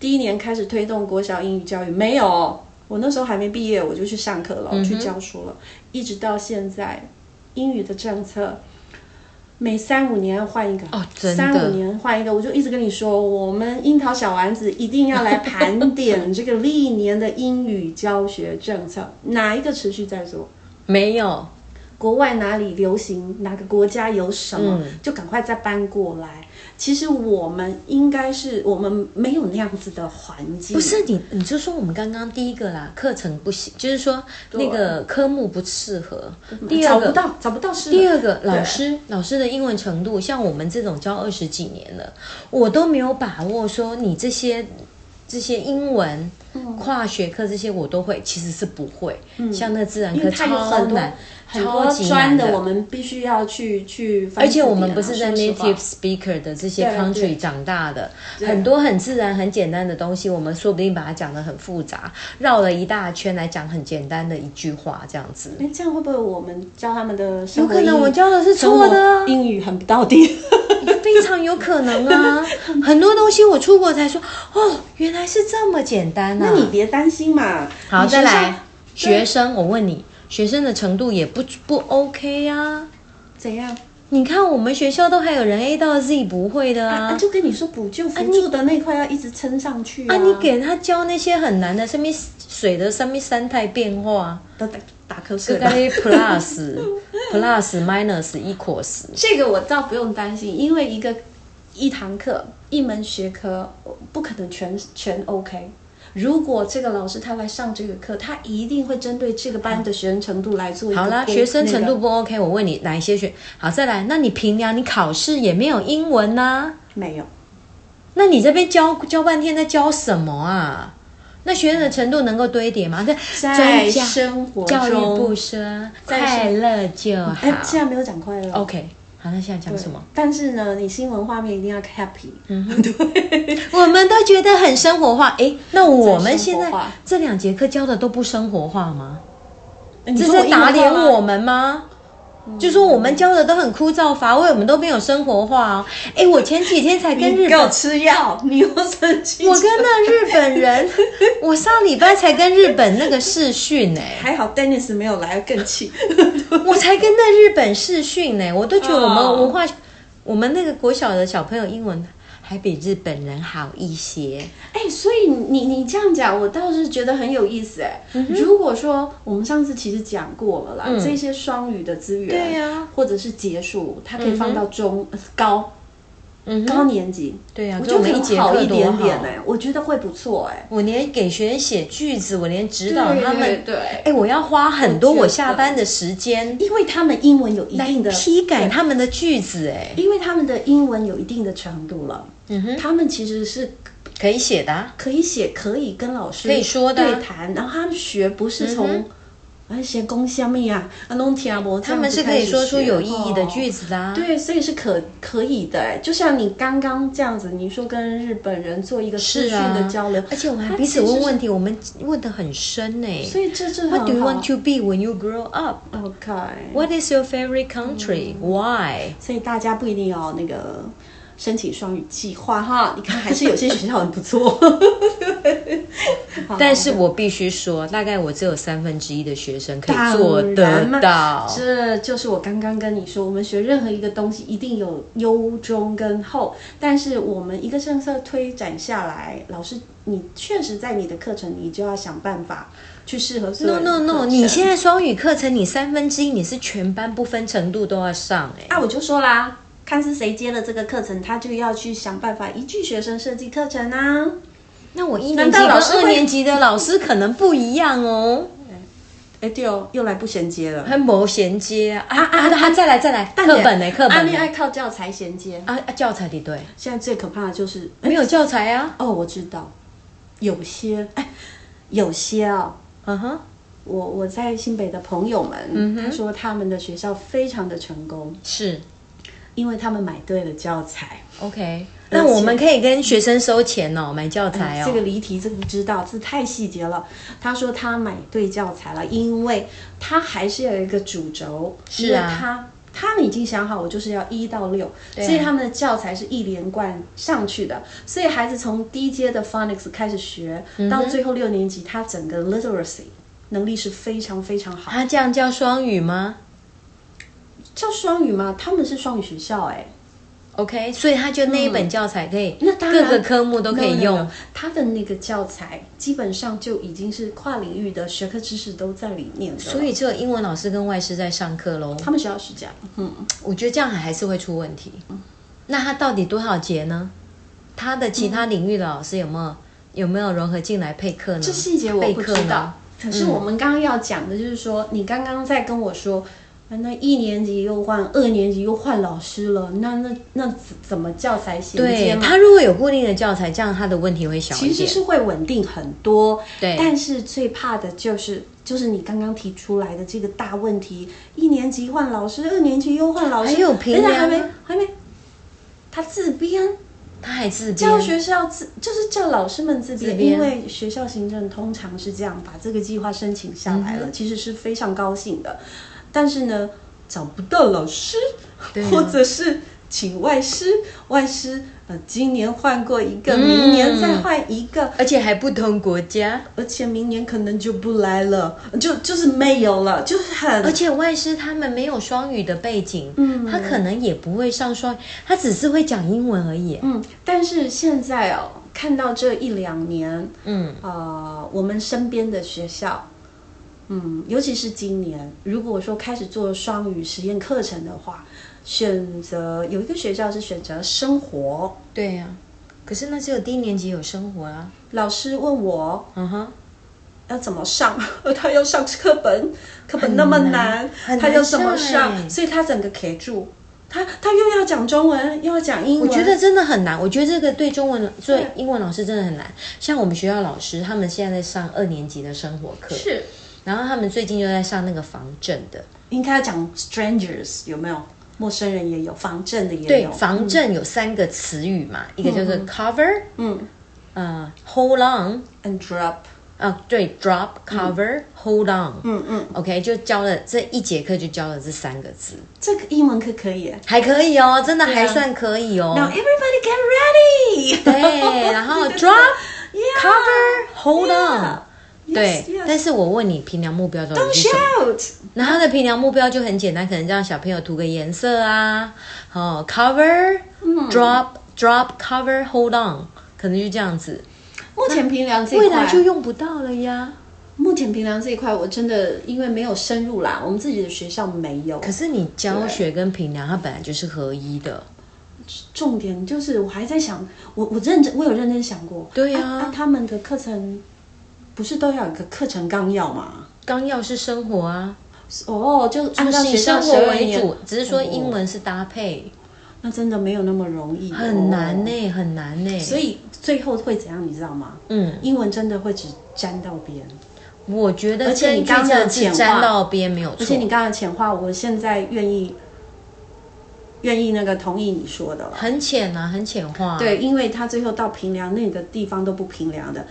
S1: 第一年开始推动国小英语教育，没有哦，我那时候还没毕业，我就去上课
S2: 嗯
S1: 了，去教书了，一直到现在，英语的政策。每三五年换一个
S2: 哦真的
S1: 三五年换一个，我就一直跟你说，我们樱桃小丸子一定要来盘点这个历年的英语教学政策，哪一个持续在做？
S2: 没有，
S1: 国外哪里流行，哪个国家有什么，
S2: 嗯
S1: 就赶快再搬过来。其实我们应该是我们没有那样子的环境，
S2: 不是你，你就说我们刚刚第一个啦，课程不行，就是说那个科目不适合。第二
S1: 找不
S2: 个，
S1: 到找不到嗯是
S2: 第二个老师老师的英文程度，像我们这种教二十几年了，我都没有把握说你这些这些英
S1: 嗯
S2: 文。跨学科这些我都会，其实是不会。像那自然
S1: 因
S2: 科
S1: 为它有
S2: 超
S1: 很多
S2: 难，
S1: 很
S2: 超
S1: 多
S2: 级难
S1: 专的，我们必须要去去翻
S2: 而
S1: 字典
S2: 且
S1: 啊。
S2: 我们不是在
S1: 说实话
S2: native speaker 的这些
S1: 对
S2: country
S1: 对
S2: 长大的，很多很自然、很简单的东西，我们说不定把它讲得很复杂，绕了一大圈来讲很简单的一句话，这样子。
S1: 哎，这样会不会我们教他们的生活
S2: 有可能
S1: 英语
S2: 我教的是错的啊
S1: 生活英语很不到底？
S2: 非常有可能啊，很多东西我出国才说，哦，原来是这么简单 啊。
S1: 那你别担心嘛。
S2: 好，
S1: 你学
S2: 再
S1: 校
S2: 来，学生，我问你，学生的程度也不不 OK 啊。
S1: 怎样？
S2: 你看我们学校都还有人 A 到 Z 不会的啊。
S1: 啊，就跟你说补救辅助的那块要一直撑上去
S2: 啊，你给他教那些很难的，上面水的上面三态变化，
S1: 都打打瞌
S2: 这
S1: 睡
S2: 个
S1: 吧。
S2: plus plus minus equals，
S1: 这个我倒不用担心，因为一个一堂课一门学科不可能全全 OK。如果这个老师他来上这个课，他一定会针对这个班的学生程度来做一个
S2: 好啦，
S1: 规
S2: 学生程
S1: 那
S2: 度
S1: 个
S2: 不 OK，我问你哪一些学好，再来，那你平量你考试也没有英文呐、
S1: 没有。
S2: 那你这边教教半天在教什么啊？那学生的程度能够堆叠吗？在
S1: 在生活
S2: 教育
S1: 中
S2: 不深，
S1: 在
S2: 快乐就好。
S1: 哎，现在没有讲快乐
S2: OK，好，那现在讲什么？？
S1: 但是呢，你新闻画面一定要 happy。嗯，
S2: 我们都觉得很生活化。哎，那我们现在
S1: 生活化
S2: 这两节课教的都不生活化吗？
S1: 你
S2: 这
S1: 说我
S2: 是
S1: 英文
S2: 打脸
S1: 话吗
S2: 我们吗？就说我们教的都很枯燥乏味，我们都没有生活化哦。哎，我前几天才跟
S1: 你
S2: 日
S1: 给
S2: 本
S1: 我吃药，你又生气。
S2: 我跟那日本人，我上礼拜才跟日本那个视讯呢、
S1: 还好 Dennis 没有来，更气。
S2: 我才跟那日本视讯呢、我都觉得我们
S1: 哦
S2: 文化，我们那个国小的小朋友英文还比日本人好一些。
S1: 哎、所以你你这样讲，我倒是觉得很有意思哎、
S2: 嗯
S1: 如果说我们上次其实讲过了啦，这些双语的资源，
S2: 对呀
S1: 或者是结束，它可以放到中、高
S2: 嗯哼，
S1: 高年级，
S2: 对呀、
S1: 我
S2: 跟
S1: 觉得
S2: 我们一
S1: 可
S2: 节
S1: 能好
S2: 课
S1: 一
S2: 多
S1: 点
S2: 好。
S1: 点哎、我觉得会不错哎、
S2: 我连给学生写句子，我连指导
S1: 对
S2: 他们，
S1: 对
S2: 哎、我要花很多
S1: 我觉得
S2: 我下班的时间
S1: 因为他们英文有一
S2: 来
S1: 定的
S2: 批改他们的句子、哎，
S1: 因为他们的英文有一定的程度了，
S2: 嗯哼，
S1: 他们其实是
S2: 可以写的、啊。
S1: 可以写，可以跟老师
S2: 可以说的啊嗯
S1: 对谈，然后他们学不是从哎写公虾米啊，啊弄听不，他
S2: 他们是可以说出有意义的句子的、啊
S1: 对，所以是可可以的哎，就像你刚刚这样子，你说跟日本人做一个视
S2: 是
S1: 讯
S2: 啊
S1: 的交流，
S2: 而且我们还
S1: 他
S2: 彼此
S1: 其实
S2: 问
S1: 是
S2: 问题，我们问的很深呢、
S1: 所以这是啊
S2: What do
S1: 很
S2: you
S1: 好
S2: want to be when you grow up?
S1: OK，
S2: What is your favorite country? Why?
S1: 所以大家不一定要那个申请双语计划哈，你看还是有些学校很不错。 嗯
S2: 但是我必须说，大概我只有三分之一的学生可
S1: 当
S2: 以做
S1: 然嘛
S2: 得到。
S1: 这就是我刚刚跟你说，我们学任何一个东西一定有优中跟后，但是我们一个政策推展下来，老师你确实在你的课程，你就要想办法去适合所有
S2: No
S1: 人的
S2: no no！
S1: 课程
S2: 你现在双语课程，你三分之一你是全班不分程度都要上哎、
S1: 啊，我就说啦。看是谁接了这个课程，他就要去想办法依据学生设计课程啊。
S2: 那我一年
S1: 难
S2: 级
S1: 道
S2: 跟
S1: 老师会
S2: 二年级的老师可能不一样哦，
S1: 哎，对哦，又来不衔接了。
S2: 还没衔接啊啊啊！啊再来再来，课本呢？
S1: 啊，
S2: 课本
S1: 恋
S2: 呢？
S1: 爱靠教材衔接。
S2: 啊啊！教材里对，
S1: 现在最可怕的就是
S2: 没有教材啊。
S1: 哦，我知道，有些哎，有些哦，
S2: 嗯哼，
S1: 我我在新北的朋友们，
S2: 嗯哼
S1: 他说他们的学校非常的成功，
S2: 是
S1: 因为他们买对了教材。
S2: 哎 OK。
S1: 而且
S2: 那我们可以跟学生收钱哦，买教材
S1: 哎这
S2: 哦。
S1: 个离题，这个不知道，这太细节了。他说他买对教材了，因为他还是有一个主轴，
S2: 是
S1: 因
S2: 啊
S1: 为他。他们已经想好，我就是要一到六、
S2: 对啊
S1: 所以他们的教材是一连贯上去的。所以孩子从低阶的 phonics 开始学，
S2: 嗯
S1: 到最后六年级，他整个 literacy 能力是非常非常好。
S2: 他这样叫双语吗
S1: 叫双语吗？他们是双语学校哎、
S2: ？OK，所以他就嗯那一本教材可以，
S1: 那当然
S2: 各个科目都可以
S1: No, no,
S2: 用
S1: no，。他的那个教材基本上就已经是跨领域的学科知识都在里面的了，
S2: 所以只有英文老师跟外师在上课喽。
S1: 他们学校是这样。嗯，
S2: 我觉得这样还是会出问题。那他到底多少节呢？他的其他领域的老师有没有有没有融合进来配课呢？
S1: 这细节我不
S2: 备
S1: 知
S2: 课
S1: 道
S2: 呢。
S1: 可是我们刚刚要讲的就是说，你刚刚在跟我说。啊那一年级又换，二年级又换老师了，那那那怎怎么教材衔接
S2: 对
S1: 嘛？
S2: 他如果有固定的教材，这样他的问题会小
S1: 其
S2: 一
S1: 实
S2: 点。
S1: 是会稳定很多，
S2: 对
S1: 但是最怕的就是就是你刚刚提出来的这个大问题，一年级换老师，二年级又换老师，
S2: 还有
S1: 等
S2: 评
S1: 等
S2: 量
S1: 还没
S2: 啊
S1: 还没，他自编
S2: 他还自编
S1: 教学是要自，就是叫老师们自编，
S2: 自编
S1: 因为学校行政通常是这样把这个计划申请下来
S2: 嗯
S1: 了，其实是非常高兴的，但是呢，找不到老师，
S2: 对啊
S1: 或者是请外师，外师呃今年换过一
S2: 嗯
S1: 个，明年再换一个。
S2: 而且还不同国家。
S1: 而且明年可能就不来了，就就是没有了，就是
S2: 而
S1: 很
S2: 且外师他们没有双语的背景，嗯，他可能也不会上双语，他只是会讲英文而已。
S1: 嗯。但是现在哦，看到这一两年，
S2: 嗯，
S1: 呃，我们身边的学校，嗯，尤其是今年，如果说开始做双语实验课程的话，选择有一个学校是选择生活
S2: 对呀、啊可是那只有低年级有生活啊。
S1: 老师问我
S2: 嗯哼，
S1: 要怎么上， 他要上课本，课本那么难
S2: 很难，很
S1: 他
S2: 难
S1: 要怎么
S2: 上
S1: 上？哎
S2: 欸
S1: 所以他整个 K 住，他他又要讲中文，又要讲英
S2: 我
S1: 文。
S2: 觉得真的很难。我觉得这个对中文、对
S1: 对
S2: 英文老师真的很难。像我们学校老师，他们现在在上二年级的生活课，
S1: 是
S2: 然后他们最近又在上那个防震的。
S1: 应该要讲 strangers 有没有？陌生人也有，防震的也
S2: 对
S1: 有，，
S2: 防震有三个词语嘛，一个叫做 cover，
S1: 嗯
S2: 呃，hold on，
S1: ，and drop，
S2: 啊，对，drop cover、hold on，
S1: 嗯嗯，
S2: OK，就教了这一节课就教了这三个字，
S1: 这个英文课可以耶。
S2: 还可以哦，真的
S1: 啊
S2: 还算可以哦。
S1: Now everybody get ready。
S2: 对，然后
S1: 对
S2: drop
S1: Yeah,
S2: cover hold
S1: yeah,
S2: on，对
S1: yes,。
S2: 但是我问你平量目标到底
S1: Don't
S2: 是什么？
S1: shout。
S2: 那他的平量目标就很简单，可能让小朋友涂个颜色啊，哦，cover
S1: 嗯
S2: drop drop cover hold on，可能就这样子，
S1: 目前平凉这一
S2: 未来
S1: 块，
S2: 就用不到了呀。
S1: 目前平凉这一块，我真的因为没有深入啦，我们自己的学校没有。
S2: 可是你教学跟平量它本来就是合一的，
S1: 重点就是我还在想，我我认真，我有认真想过。
S2: 对呀
S1: 啊他们的课程不是都要有个课程纲要吗？
S2: 纲要是生活啊。
S1: 哦，就嗯按照
S2: 是
S1: 学
S2: 以
S1: 校
S2: 生活
S1: 12
S2: 为
S1: 年
S2: 主，只是说英
S1: 哦
S2: 文是搭配，
S1: 那真的没有那么容易，
S2: 很难呢、
S1: 哦
S2: 很难呢、
S1: 所以最后会怎样，你知道吗？
S2: 嗯，
S1: 英文真的会只沾到边。
S2: 我觉得
S1: 而且你
S2: 根据
S1: 刚刚
S2: 这样
S1: 的简
S2: 子
S1: 化
S2: 沾到边没有
S1: 而且
S2: 错，
S1: 你刚才浅话，我现在愿意愿意那个同意你说的了。
S2: 很浅啊，很浅化、，
S1: 对，因为他最后到平凉那个地方都不平凉的。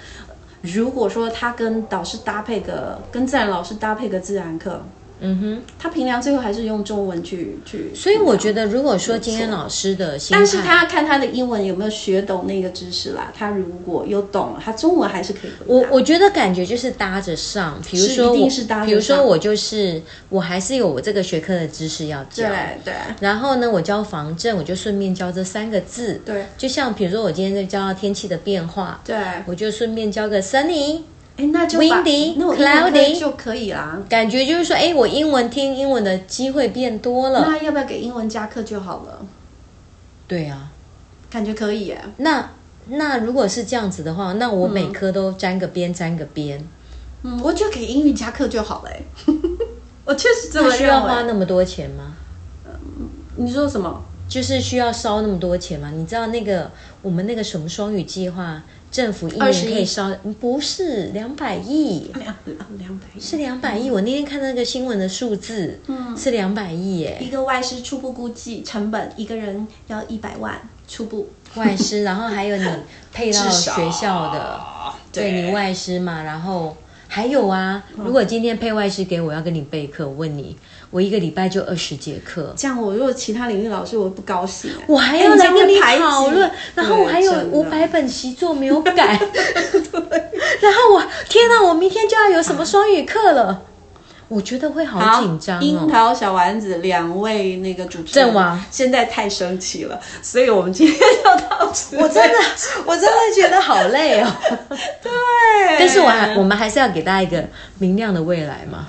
S1: 如果说他跟导师搭配个，跟自然老师搭配个自然课，
S2: 嗯哼。
S1: 他平凉最后还是用中文去去。
S2: 所以我觉
S1: 得，
S2: 得，如果说今天老师的心态，
S1: 但是他要看他的英文有没有学懂那个知识啦。他如果有懂，他中文还是可以回答。
S2: 我我觉得感觉就是搭着上，比如
S1: 是
S2: 说
S1: 一定
S2: 我
S1: 是搭着，上
S2: 比如说我就是我还是有我这个学科的知识要教
S1: 对，对
S2: 然后呢，我教防震，我就顺便教这三个字，
S1: 对
S2: 就像比如说我今天在教天气的变化，
S1: 对，哎，
S2: 我就顺便教个 sunny，
S1: 那就把
S2: Windy，
S1: 那我英文可以
S2: cloudy
S1: 就可以啦。
S2: 感觉就是说，哎，我英文听英文的机会变多了。
S1: 那要不要给英文加课就好了？
S2: 对啊，
S1: 感觉可以耶。
S2: 那那如果是这样子的话，那我每科都沾个边，沾个边，
S1: 嗯，我觉得给英语加课就好了耶。 我确实这么
S2: 那需要
S1: 认
S2: 花
S1: 为。
S2: 那么多钱吗？
S1: 你说什么？
S2: 就是需要烧那么多钱吗？你知道那个我们那个什么双语计划，政府一年
S1: 21
S2: 可以烧嗯不是两百亿，
S1: 两两百
S2: 是两百亿。我那天看到那个新闻的数字，嗯，是两百亿耶。
S1: 一个外师初步估计成本，一个人要一百万初步。
S2: 外师，然后还有你配到
S1: 至少
S2: 学校的，对
S1: 对
S2: 你外师嘛，然后还有啊，如果今天配外师给我要跟你备课，我问你，我一个礼拜就二十节课，
S1: 这样我如果其他领域老师，我会不高兴耶。
S2: 我还要
S1: 哎
S2: 来跟
S1: 你这样会
S2: 你
S1: 排挤
S2: 讨论，然后我还有
S1: 对真的
S2: 五百本习作没有 改，然后我天哪，我明天就要有什么双语课了，我觉得会好紧张
S1: 樱
S2: 哦。
S1: 桃小丸子两位那个主持人
S2: 阵亡
S1: 现在太生气了，所以我们今天要到此。
S2: 我真的，我真的觉得好累哦。
S1: 对，
S2: 但是我还，我们还是要给大家一个明亮的未来嘛。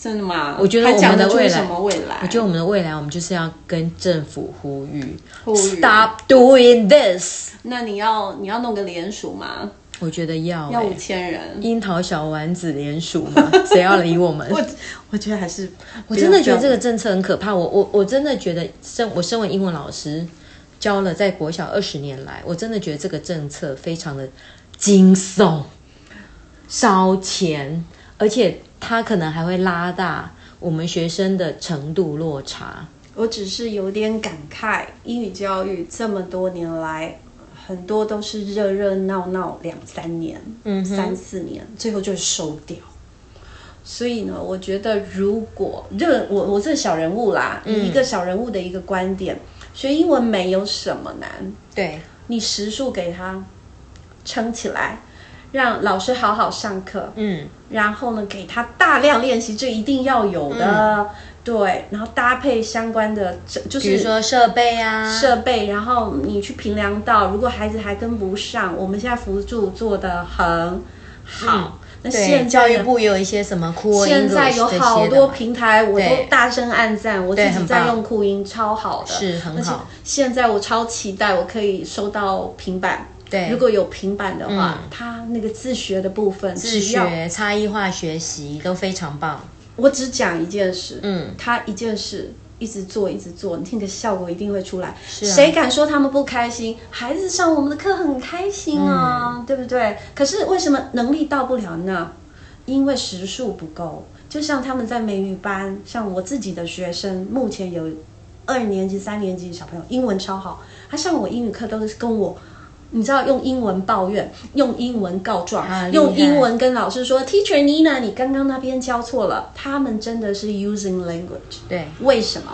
S1: 真的吗？
S2: 我觉得我
S1: 还讲
S2: 们的
S1: 得出
S2: 未来
S1: 什么未来？
S2: 我觉得我们的未来，我们就是要跟政府呼吁
S1: 呼吁
S2: s t o p doing this。
S1: 那你要你要弄个联署吗？
S2: 我觉得要、
S1: 要五
S2: 欸，
S1: 千人。
S2: 樱桃小丸子联署嘛，谁要理我们？
S1: 我我觉得还是
S2: 我真的觉得
S1: 这
S2: 这个政策很可怕。我我我真的觉得，身我身为英文老师，教了在国小二十年来，我真的觉得这个政策非常的惊悚、烧钱，而且它可能还会拉大我们学生的程度落差。
S1: 我只是有点感慨，英语教育这么多年来，很多都是热热闹闹两三年，嗯，三四年，最后就是收掉。所以呢，我觉得如果热，我我这小人物啦，以一个小人物的一个观点，学英文没有什么难，
S2: 对，
S1: 你时数给他撑起来，让老师好好上课，
S2: 嗯，
S1: 然后呢，给他大量练习，这一定要有的。对，然后搭配相关的，这就
S2: 比如
S1: 是
S2: 说设备啊，
S1: 设备，然后你去评量到，如果孩子还跟不上，我们现在辅助做的很好。那
S2: 嗯对
S1: 现
S2: 教
S1: 在
S2: 育
S1: 呢？
S2: 部也有一些什么 Cool
S1: 现在
S2: English
S1: 有
S2: 这
S1: 好
S2: 些的
S1: 多
S2: 嘛
S1: 平台，我都
S2: 对
S1: 大声暗赞，我自
S2: 对
S1: 己
S2: 很
S1: 在
S2: 棒
S1: 用酷音，超好的，
S2: 是很
S1: 而且
S2: 好
S1: 现在我超期待，我可以收到平板，
S2: 对嗯
S1: 如果有平板的话，它那个自学的部分，
S2: 自
S1: 只要
S2: 学、差异化学习都非常棒。
S1: 我只讲一件事，
S2: 嗯，
S1: 他一件事一直做一直做，你听个效果一定会出来。
S2: 啊
S1: 谁敢说他们不开心？孩子上我们的课很开心啊，
S2: 嗯
S1: 对不对？可是为什么能力到不了呢？因为时数不够。就像他们在美语班，像我自己的学生，目前有二年级、三年级的小朋友，英文超好，他上我英语课都是跟我。你知道用英文抱怨，用英文告状，
S2: 啊厉害
S1: 用英文跟老师说，Teacher Nina，你刚刚那边教错了。他们真的是 using language，
S2: 对，
S1: 为什么？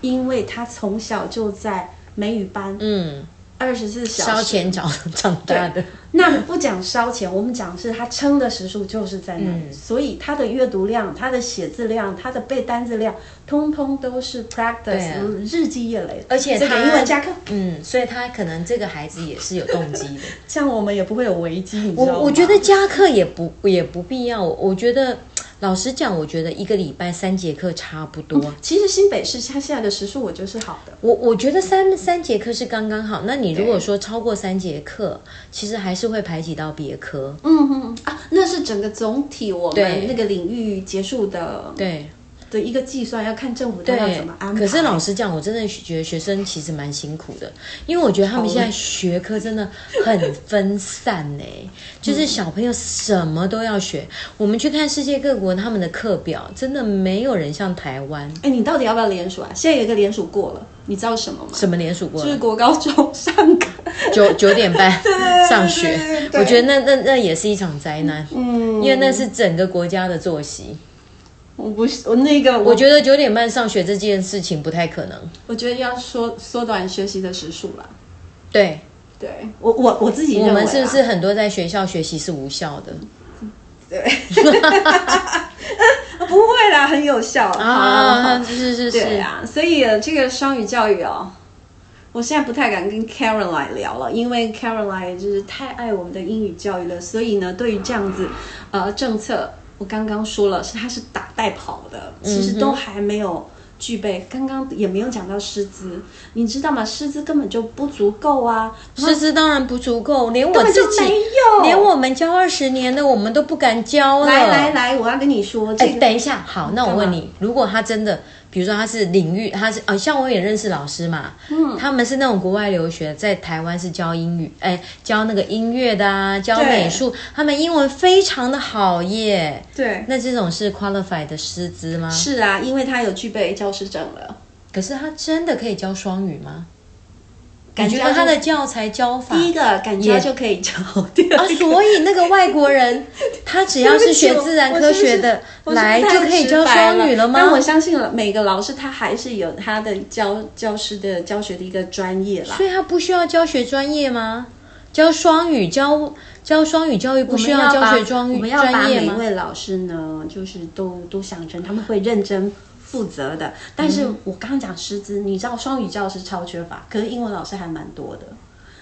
S1: 因为他从小就在美语班
S2: 嗯，
S1: 二十四小时。
S2: 烧钱长长大的，
S1: 那不讲烧钱，我们讲是他撑的时数就是在那里，所以他的阅读量、他的写字量、他的背单字量，通通都是 practice、
S2: 啊
S1: 日积月累。
S2: 而且
S1: 这
S2: 他
S1: 个英文加课，
S2: 嗯，所以他可能这个孩子也是有动机的。
S1: 这样我们也不会有危机，你知道吗？
S2: 我我觉得加课也不也不必要，我我觉得老实讲，我觉得一个礼拜三节课差不多。
S1: 其实新北市它现在的时数，我觉得是好的。
S2: 我我觉得三三节课是刚刚好。那你如果说超过三节课，其实还是会排挤到别科。
S1: 嗯嗯啊，那是整个总体我
S2: 对
S1: 们那个领域结束的
S2: 对
S1: 的一个计算，要看政府他要
S2: 对
S1: 怎么安，排。
S2: 可是老实讲，我真的觉得学生其实蛮辛苦的，因为我觉得他们
S1: 超
S2: 现在学科真的很分散呢、
S1: 嗯
S2: 就是小朋友什么都要学。我们去看世界各国他们的课表，真的没有人像台湾。
S1: 哎，你到底要不要联署啊？现在有一个联署过了，你知道什么吗？
S2: 什么联署过
S1: 就
S2: 了
S1: 是？国高中上课，
S2: 九九点半 上学
S1: 对，对
S2: 我觉得那那那也是一场灾难，
S1: 嗯，
S2: 因为那是整个国家的作息。
S1: 我不是我那个我
S2: 我觉得九点半上学这件事情不太可能。
S1: 我觉得要缩缩短学习的时数啦。
S2: 对，
S1: 对我我我自己认
S2: 我
S1: 为啊
S2: 们是不
S1: 啦
S2: 是很多在学校学习是无效的？
S1: 啊 不会啦，很有效好好好
S2: 啊是是
S1: 对
S2: 是，
S1: 啊，所以呃这个双语教育哦，我现在不太敢跟 Karen 来聊了，因为 Karen 来就是太爱我们的英语教育了，所以呢，对于这样子呃政策，我刚刚说了，是它是打带跑的，
S2: 嗯
S1: 其实都还没有。具备，刚刚也没有讲到师资，你知道吗？师资根本就不足够啊，
S2: 师资当然不足够，连我
S1: 根本
S2: 自
S1: 就
S2: 己
S1: 没有，
S2: 连我们教二十年的我们都不敢教了。
S1: 来来来，我要跟你说，这
S2: 哎、
S1: 个、
S2: 等一下，好，那我问你，如果他真的，比如说他是领域，他是啊，像我也认识老师嘛，嗯，他们是那种国外留学，在台湾是教英语，哎、教那个音乐的啊，教
S1: 对
S2: 美术，他们英文非常的好耶。
S1: 对，
S2: 那这种是 qualified 的师资吗？
S1: 是啊，因为他有具备教师证了。
S2: 可是他真的可以教双语吗？
S1: 感
S2: 你觉
S1: 教
S2: 得他
S1: 就
S2: 的教材教法
S1: 第一个敢教就可以教，第
S2: 啊
S1: 二，个
S2: 所以那个外 国人，他 只要是学自然科学的
S1: 我是不是
S2: 来，
S1: 太
S2: 就可以
S1: 直
S2: 教
S1: 白
S2: 双语了吗？
S1: 但我相信了，每个老师他还是有他的教教师的教学的一个专业啦。
S2: 所以他不需要教学专业吗？教双语教教双语教育不需教学专
S1: 我
S2: 语
S1: 们要把
S2: 专业
S1: 每一
S2: 吗？
S1: 位老师呢，就是都都想成他们会认真负责的。但
S2: 嗯
S1: 是我刚刚讲师资，你知道双语教师超缺乏，可是英文老师还蛮多的。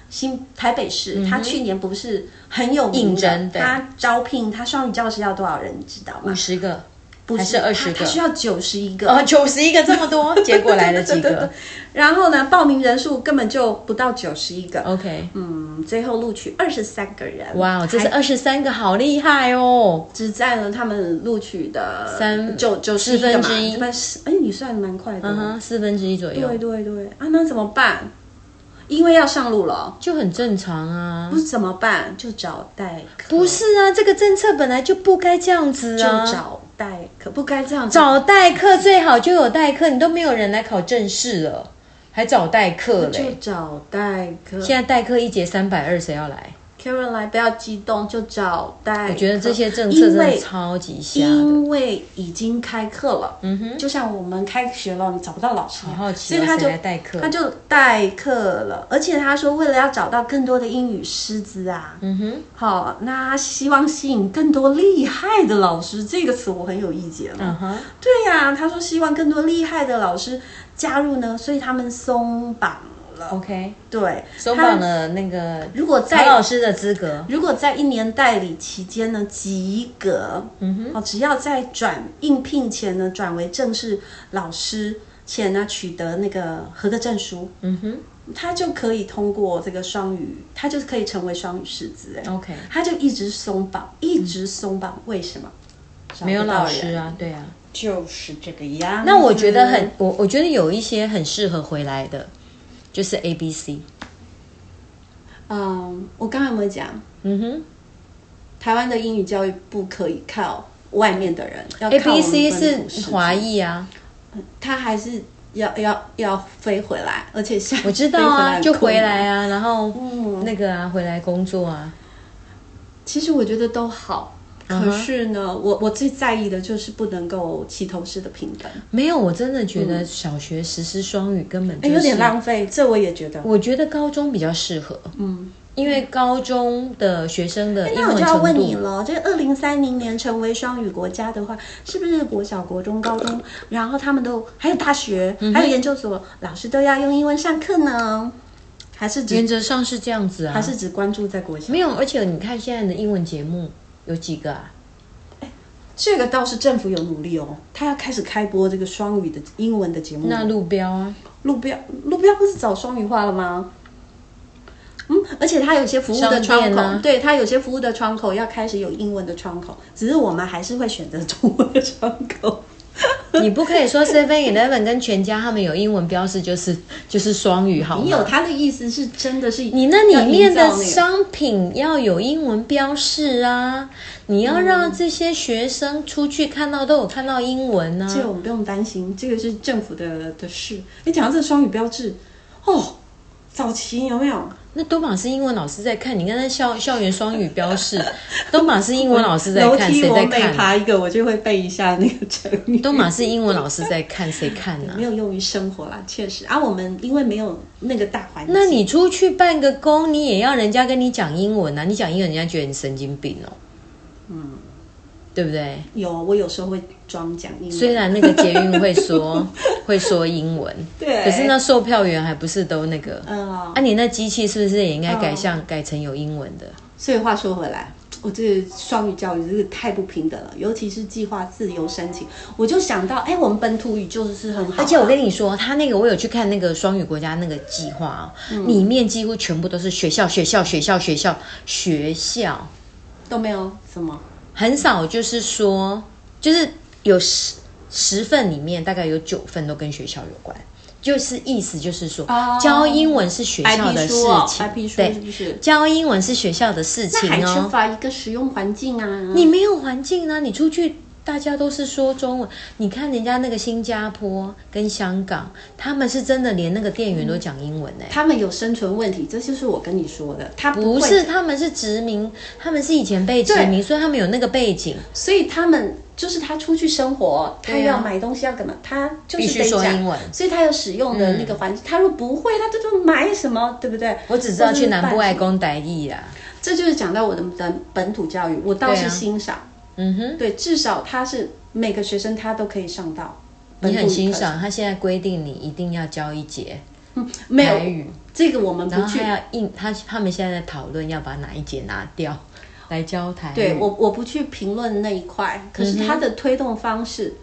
S1: 新台北市，他去年不是很有名的
S2: 嗯应征对
S1: 他招聘他双语教师要多少人，你知道吗？
S2: 五十个
S1: 不
S2: 还是二十
S1: 他他
S2: 个？
S1: 需要九十一个。
S2: 哦，九十一个这 么多，结果来了几
S1: 对对对
S2: 个
S1: 对然后呢，报名人数根本就不到九十一个，
S2: ？OK，
S1: 嗯，最后录取二十三个人，
S2: 哇，哦这是
S1: 还
S2: 二十三个，好厉害哦！
S1: 只占了他们录取的
S2: 三
S1: 九九十
S2: 四分之一
S1: 哎，你算得蛮快的，
S2: 嗯哼，四分之一左右
S1: 对对对，啊，那怎么办？因为要上路了，
S2: 就很正常啊
S1: 不。是怎么办？就找代课，
S2: 不是啊，这个政策本来就不该这样子
S1: 就
S2: 啊。
S1: 找代课，不该这样子。
S2: 找代课最好就有代课，你都没有人来考正式了，还找代课
S1: 就
S2: 嘞？
S1: 找代课
S2: 现在代课一节三百二，谁要来？
S1: ，Karen 来，不要激动，就找代课。
S2: 我觉得这些政策真
S1: 因
S2: 的
S1: 为
S2: 超级瞎的。
S1: 因为已经开课了，嗯哼，就像我们开学了，你找不到老师，
S2: 好好
S1: 所
S2: 奇
S1: 以
S2: 哦，
S1: 他
S2: 谁
S1: 就
S2: 来代课
S1: 他？就代课了。而且他说，为了要找到更多的英语师资啊，
S2: 嗯哼，
S1: 好、那他希望吸引更多厉害的老师，这个词我很有意见了。啊
S2: 嗯哼，
S1: 对呀、他说希望更多厉害的老师加入呢，所以他们松绑了。
S2: ，OK，
S1: 对，
S2: 松绑了那个
S1: 如果
S2: 曹
S1: 在
S2: 老师的资格。
S1: 如果在一年代理期间呢及格，嗯哼，哦，只要在转应聘前呢转为正式老师前呢取得那个合格证书，
S2: 嗯哼，
S1: 他就可以通过这个双语，他就是可以成为双语师资。哎，
S2: OK，嗯
S1: 他就一直松绑，一直松绑，为什么？
S2: 没有
S1: 找不到
S2: 老师
S1: 人，
S2: 啊，对啊。
S1: 就是这个样子。
S2: 那我觉得很，我我觉得有一些很适合回来的，就是 A B C。
S1: 嗯，我刚才有没有讲，
S2: 嗯哼
S1: 台湾的英语教育不可以靠外面的人，要
S2: 嗯，A
S1: 靠我
S2: B
S1: 们本
S2: C
S1: 土师
S2: 是
S1: 资
S2: 华，裔啊，
S1: 他还是要要要飞回来，而且下
S2: 我知道啊，就回来
S1: 啊。
S2: 啊，然后
S1: 嗯
S2: 那个啊，回来工作啊。
S1: 其实我觉得都好。
S2: 嗯
S1: 可
S2: 哼
S1: 是呢我我最在意的就是不能够齐头式的平等，
S2: 没有，我真的觉得小学实施双语根本
S1: 嗯哎、
S2: 就是
S1: 有点浪费，这我也觉得。
S2: 我觉得高中比较适合，
S1: 嗯，
S2: 因为高中的学生的
S1: 哎
S2: 英
S1: 那我
S2: 文
S1: 就要
S2: 程
S1: 问你
S2: 度，
S1: 了，这二零三零年成为双语国家的话，是不是国小、国中、高中，然后他们都还有大学，
S2: 嗯
S1: 还有研究所，老师都要用英文上课呢？还啊是只
S2: 原则上是这样子啊。
S1: 还是只关注在国小？
S2: 没有，而且你看现在的英文节目有几个啊？
S1: 这个倒是政府有努力哦，他要开始开播这个双语的英文的节目。
S2: 那路标啊，
S1: 路标路标不是走双语化了吗？嗯，而且它有些服务的
S2: 商
S1: 窗
S2: 店
S1: 口，
S2: 啊
S1: 对它有些服务的窗口要开始有英文的窗口，只是我们还是会选择中文的窗口。
S2: 你不可以说 Seven Eleven 跟全家他们有英文标示，就是就是双语好
S1: 你有
S2: 吗？
S1: 他的意思是真的是
S2: 你那里面
S1: 要营
S2: 的
S1: 造那个
S2: 商品要有英文标示啊，你要让这些学生出去看到都有看到英文
S1: 这
S2: 啊。
S1: 个我们不用担心，这个是政府的的事。你讲到这个双语标志，哦，早期有没有？
S2: 那都马是英文老师在看，你看那校校园双语标示，都马是英文老师在
S1: 楼
S2: 看，
S1: 梯
S2: 谁
S1: 我
S2: 在
S1: 每
S2: 看啊？
S1: 爬一个，我就会背一下那个成语。
S2: 都马是英文老师在看，谁看呢、
S1: 没有用于生活啦，确实啊，我们因为没有那个大环境，
S2: 那你出去办个工，你也要人家跟你讲英文啊？你讲英文，人家觉得你神经病哦。嗯，对不对？
S1: 有，我有时候会装讲英文。
S2: 虽然那个捷运会 说会说英文，
S1: 对，
S2: 可是，那售票员还不是都那个？
S1: 嗯、
S2: 啊，你那机器是不是也应该改向、改成有英文的？
S1: 所以话说回来，我这个双语教育这个太不平等了，尤其是计划自由申请，我就想到，哎，我们本土语就是很好，啊
S2: 而且我跟你说，他那个我有去看那个双语国家那个计划啊、
S1: 嗯
S2: 里面几乎全部都是学校、学校、学校、学校、学校，
S1: 都没有什么，
S2: 很少就是说，就是有十十份里面大概有九份都跟学校有关，就是意思就是说，
S1: 哦
S2: 教英文是学
S1: 白
S2: 校
S1: 皮
S2: 的事
S1: 书哦，
S2: 情，
S1: 白皮书是
S2: 对，
S1: 不是？
S2: 教英文是学校的事
S1: 那还
S2: 情
S1: 缺
S2: 哦。嗯
S1: 乏一个使用环境啊，
S2: 你没有环境啊呢，你出去大家都是说中文。你看人家那个新加坡跟香港，他们是真的连那个店员都讲英文呢、
S1: 他们有生存问题，这就是我跟你说的，他
S2: 不
S1: 会
S2: 是，他们是殖民，他们是以前被殖民，所以他们有那个背景，
S1: 所以他们就是他出去生活，他
S2: 对啊
S1: 要买东西要干嘛，他就
S2: 必
S1: 是
S2: 须
S1: 得
S2: 说
S1: 讲
S2: 英文。
S1: 所以他有使用的那个环境，他如果不会，他就就买什么，对不对？
S2: 嗯我只知道去南部爱
S1: 爱，
S2: 公台义啦。
S1: 这就是讲到我的本本土教育，我倒
S2: 对
S1: 是
S2: 啊
S1: 欣赏，
S2: 嗯哼，
S1: 对，至少他是每个学生他都可以上到本
S2: 你
S1: 土语课程。
S2: 很欣赏他现在规定你一定要教一节
S1: 没
S2: 台
S1: 有
S2: 语，
S1: 嗯这个我们
S2: 然
S1: 不
S2: 后
S1: 去
S2: 还，要印他他们现在在讨论要把哪一节拿掉来教台语。
S1: 对我我不去评论那一块，可
S2: 嗯
S1: 是它的推动方式，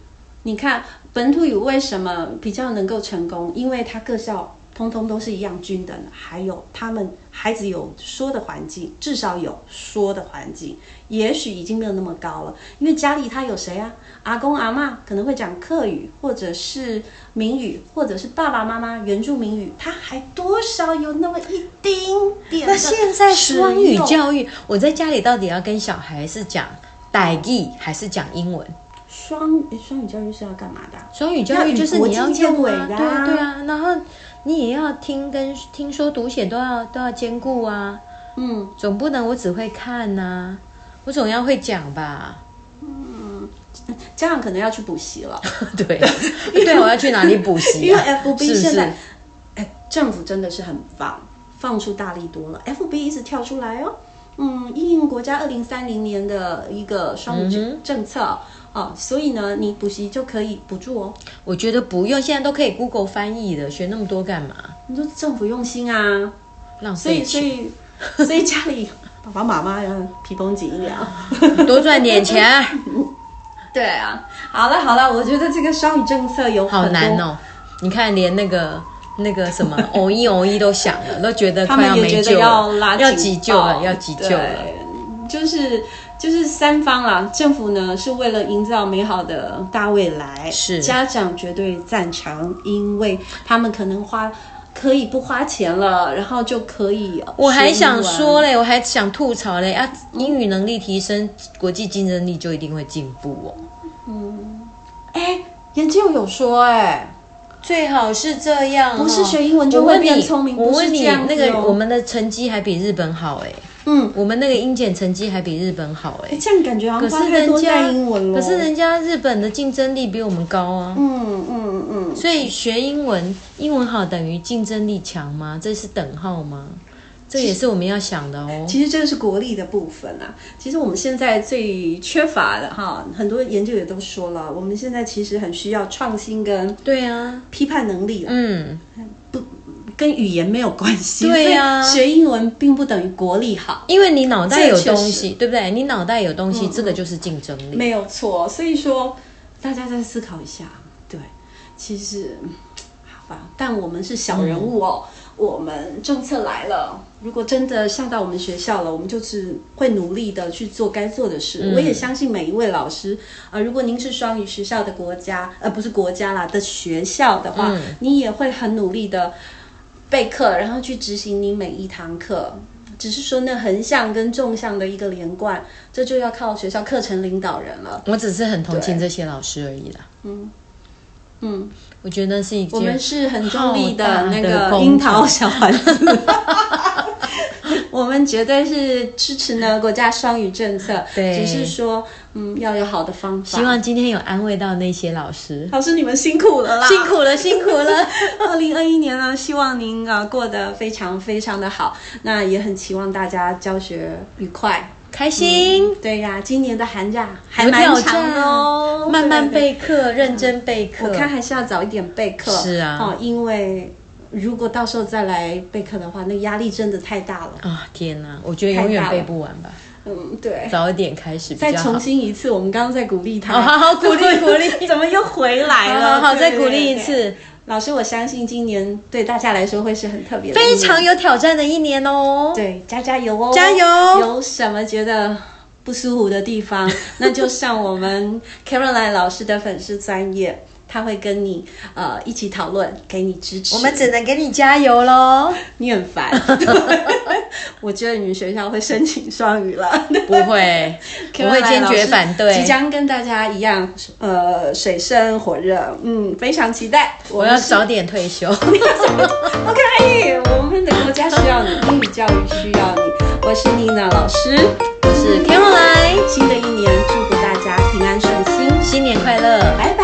S1: 你看本土语为什么比较能够成功？因为它各校通通都是一样均等的，还有他们孩子有说的环境，至少有说的环境，也许已经没有那么高了，因为家里他有谁啊？阿公阿妈可能会讲客语，或者是闽语，或者是爸爸妈妈原住民语，他还多少有那么一丁点的
S2: 那
S1: 使用。
S2: 现在双语教育，我在家里到底要跟小孩是讲傣语还是讲英文？
S1: 双诶双语教育是要干嘛的啊、
S2: 双语教育就是你要
S1: 要与国际接
S2: 用
S1: 轨
S2: 啊，
S1: 的啊
S2: 对啊对啊，然后你也要听跟听说读写都要都要兼顾啊，
S1: 嗯，
S2: 总不能我只会看呐、我总要会讲吧？
S1: 嗯家长可能要去补习了，
S2: 对，对，我要去哪里补习、
S1: 因为
S2: 啊？
S1: FB
S2: 是不
S1: 现在
S2: 是？，
S1: 哎，政府真的是很棒，放出大力多了，FB 一直跳出来哦。嗯，应国家二零三零年的一个双语政政策哦、哦所以呢，你补习就可以补助哦。
S2: 我觉得不用，现在都可以 Google 翻译的，学那么多干嘛？
S1: 你说政府用心啊，
S2: 浪
S1: 所以
S2: 费
S1: 所
S2: 钱，
S1: 以所以家里 爸爸妈妈要皮绷紧一点啊。
S2: 多赚点钱， 啊
S1: 对啊，好了好了，我觉得这个双语政策有
S2: 好
S1: 很多
S2: 难哦！你看，连那个那个 什么偶一偶一都响了，都觉得
S1: 他
S2: 快
S1: 们也
S2: 没
S1: 觉得
S2: 救
S1: 要
S2: 了，
S1: 拉
S2: 要
S1: 警
S2: 急救
S1: 报
S2: 了，要急救了。
S1: 对就是就是三方啦，政府呢是为了营造美好的大未来，
S2: 是
S1: 家长绝对赞成，因为他们可能花可以不花钱了，然后就可以。
S2: 我还想说，嘞，我还想吐槽嘞啊！英语能力提升，国际竞争力就一定会进步哦。
S1: 哎，研究有说、哎，
S2: 最好是这样哦、
S1: 不是学英文就会变聪明
S2: 我问
S1: 不是
S2: 你，
S1: 这
S2: 我
S1: 样
S2: 问
S1: 子
S2: 你
S1: 哦
S2: 那个我们的成绩还比日本好哎、
S1: 嗯，
S2: 我们那个英检成绩还比日本好哎、
S1: 哎这样感觉好像
S2: 可
S1: 花
S2: 是
S1: 太
S2: 人
S1: 多
S2: 家
S1: 在英文了。
S2: 可是人家日本的竞争力比我们高啊。
S1: 嗯嗯嗯，
S2: 所以学英文，英文好等于竞争力强吗？这是等号吗？这也是我们要想的哦。
S1: 其实这个是国力的部分啊。其实我们现在最缺乏的哈，很多研究也都说了，我们现在其实很需要创新跟
S2: 对啊，
S1: 批判能力了，
S2: 嗯，
S1: 跟语言没有关系。
S2: 对呀
S1: 所以学英文并不等于国力好。
S2: 因为你脑袋有
S1: 这
S2: 东
S1: 个确实嗯
S2: 西，对不对？你脑袋有东西，这个就是竞争力。
S1: 没有错，所以说大家再思考一下，对，其实嗯好吧，但我们是小人物哦，我们政策来了，如果真的上到我们学校了，我们就是会努力的去做该做的事。我也相信每一位老师啊、呃如果您是双语学校的国家，呃，不是国家啦的学校的话，你也会很努力的备课，然后去执行你每一堂课。只是说那横向跟纵向的一个连贯，这就要靠学校课程领导人了。
S2: 我只是很同情这些老师而已啦。
S1: 嗯，
S2: 我觉得是一
S1: 我们
S2: 件
S1: 是很中立
S2: 浩
S1: 的
S2: 大的
S1: 那个
S2: 工
S1: 樱桃小丸子， 我们绝对是支持呢国家双语政策，
S2: 对
S1: 只是说嗯要有好的方法。
S2: 希望今天有安慰到那些老师，
S1: 老师你们辛苦了啦，
S2: 辛苦了，辛苦了。
S1: 二零二一年呢，希望您啊过得非常非常的好，那也很期望大家教学愉快。
S2: 开心，
S1: 对呀、今年的寒假还
S2: 嗯有
S1: 蛮
S2: 挑
S1: 长
S2: 战
S1: 的哦，
S2: 慢慢
S1: 对。对对
S2: 备课，认真备课。
S1: 我看还是要早一点备课。
S2: 是啊
S1: 哦，因为如果到时候再来备课的话，那压力真的太大了。
S2: 啊，天哪，我觉得永
S1: 太
S2: 远
S1: 大了
S2: 背不完吧，
S1: 嗯，对。
S2: 早一点开始比
S1: 再
S2: 较
S1: 重
S2: 好。
S1: 新一次，我们刚刚在鼓励他，
S2: 哦 好好鼓励
S1: 怎么
S2: 鼓励
S1: 怎么又回来
S2: 好
S1: 了？
S2: 好好，
S1: 对
S2: 再鼓励
S1: 对
S2: 一。
S1: 对
S2: 次，
S1: 老师，我相信今年对大家来说会是很特别的一
S2: 非
S1: 年，
S2: 常有挑战的一年哦。
S1: 对，加加油哦，
S2: 加油
S1: 有什么觉得不舒服的地 方，那就上我们 Caroline 老师的粉丝专业，他会跟你呃一起讨论，给你支持。
S2: 我们只能给你加油喽。
S1: 你很烦，我觉得你们学校会申请双语了。
S2: 不 会， 我会坚决
S1: Caroline 老师
S2: 反
S1: 即
S2: 对。
S1: 将跟大家一样，呃，水深火热，嗯，非常期待。
S2: 我
S1: 我
S2: 要
S1: 们是
S2: 早点退 休。
S1: OK，我们的国家需要你，英语教育需要你。我是妮娜老师，
S2: 我是 Caroline，
S1: 新的一年祝福大家平安顺心，
S2: 新年快乐，
S1: 拜拜。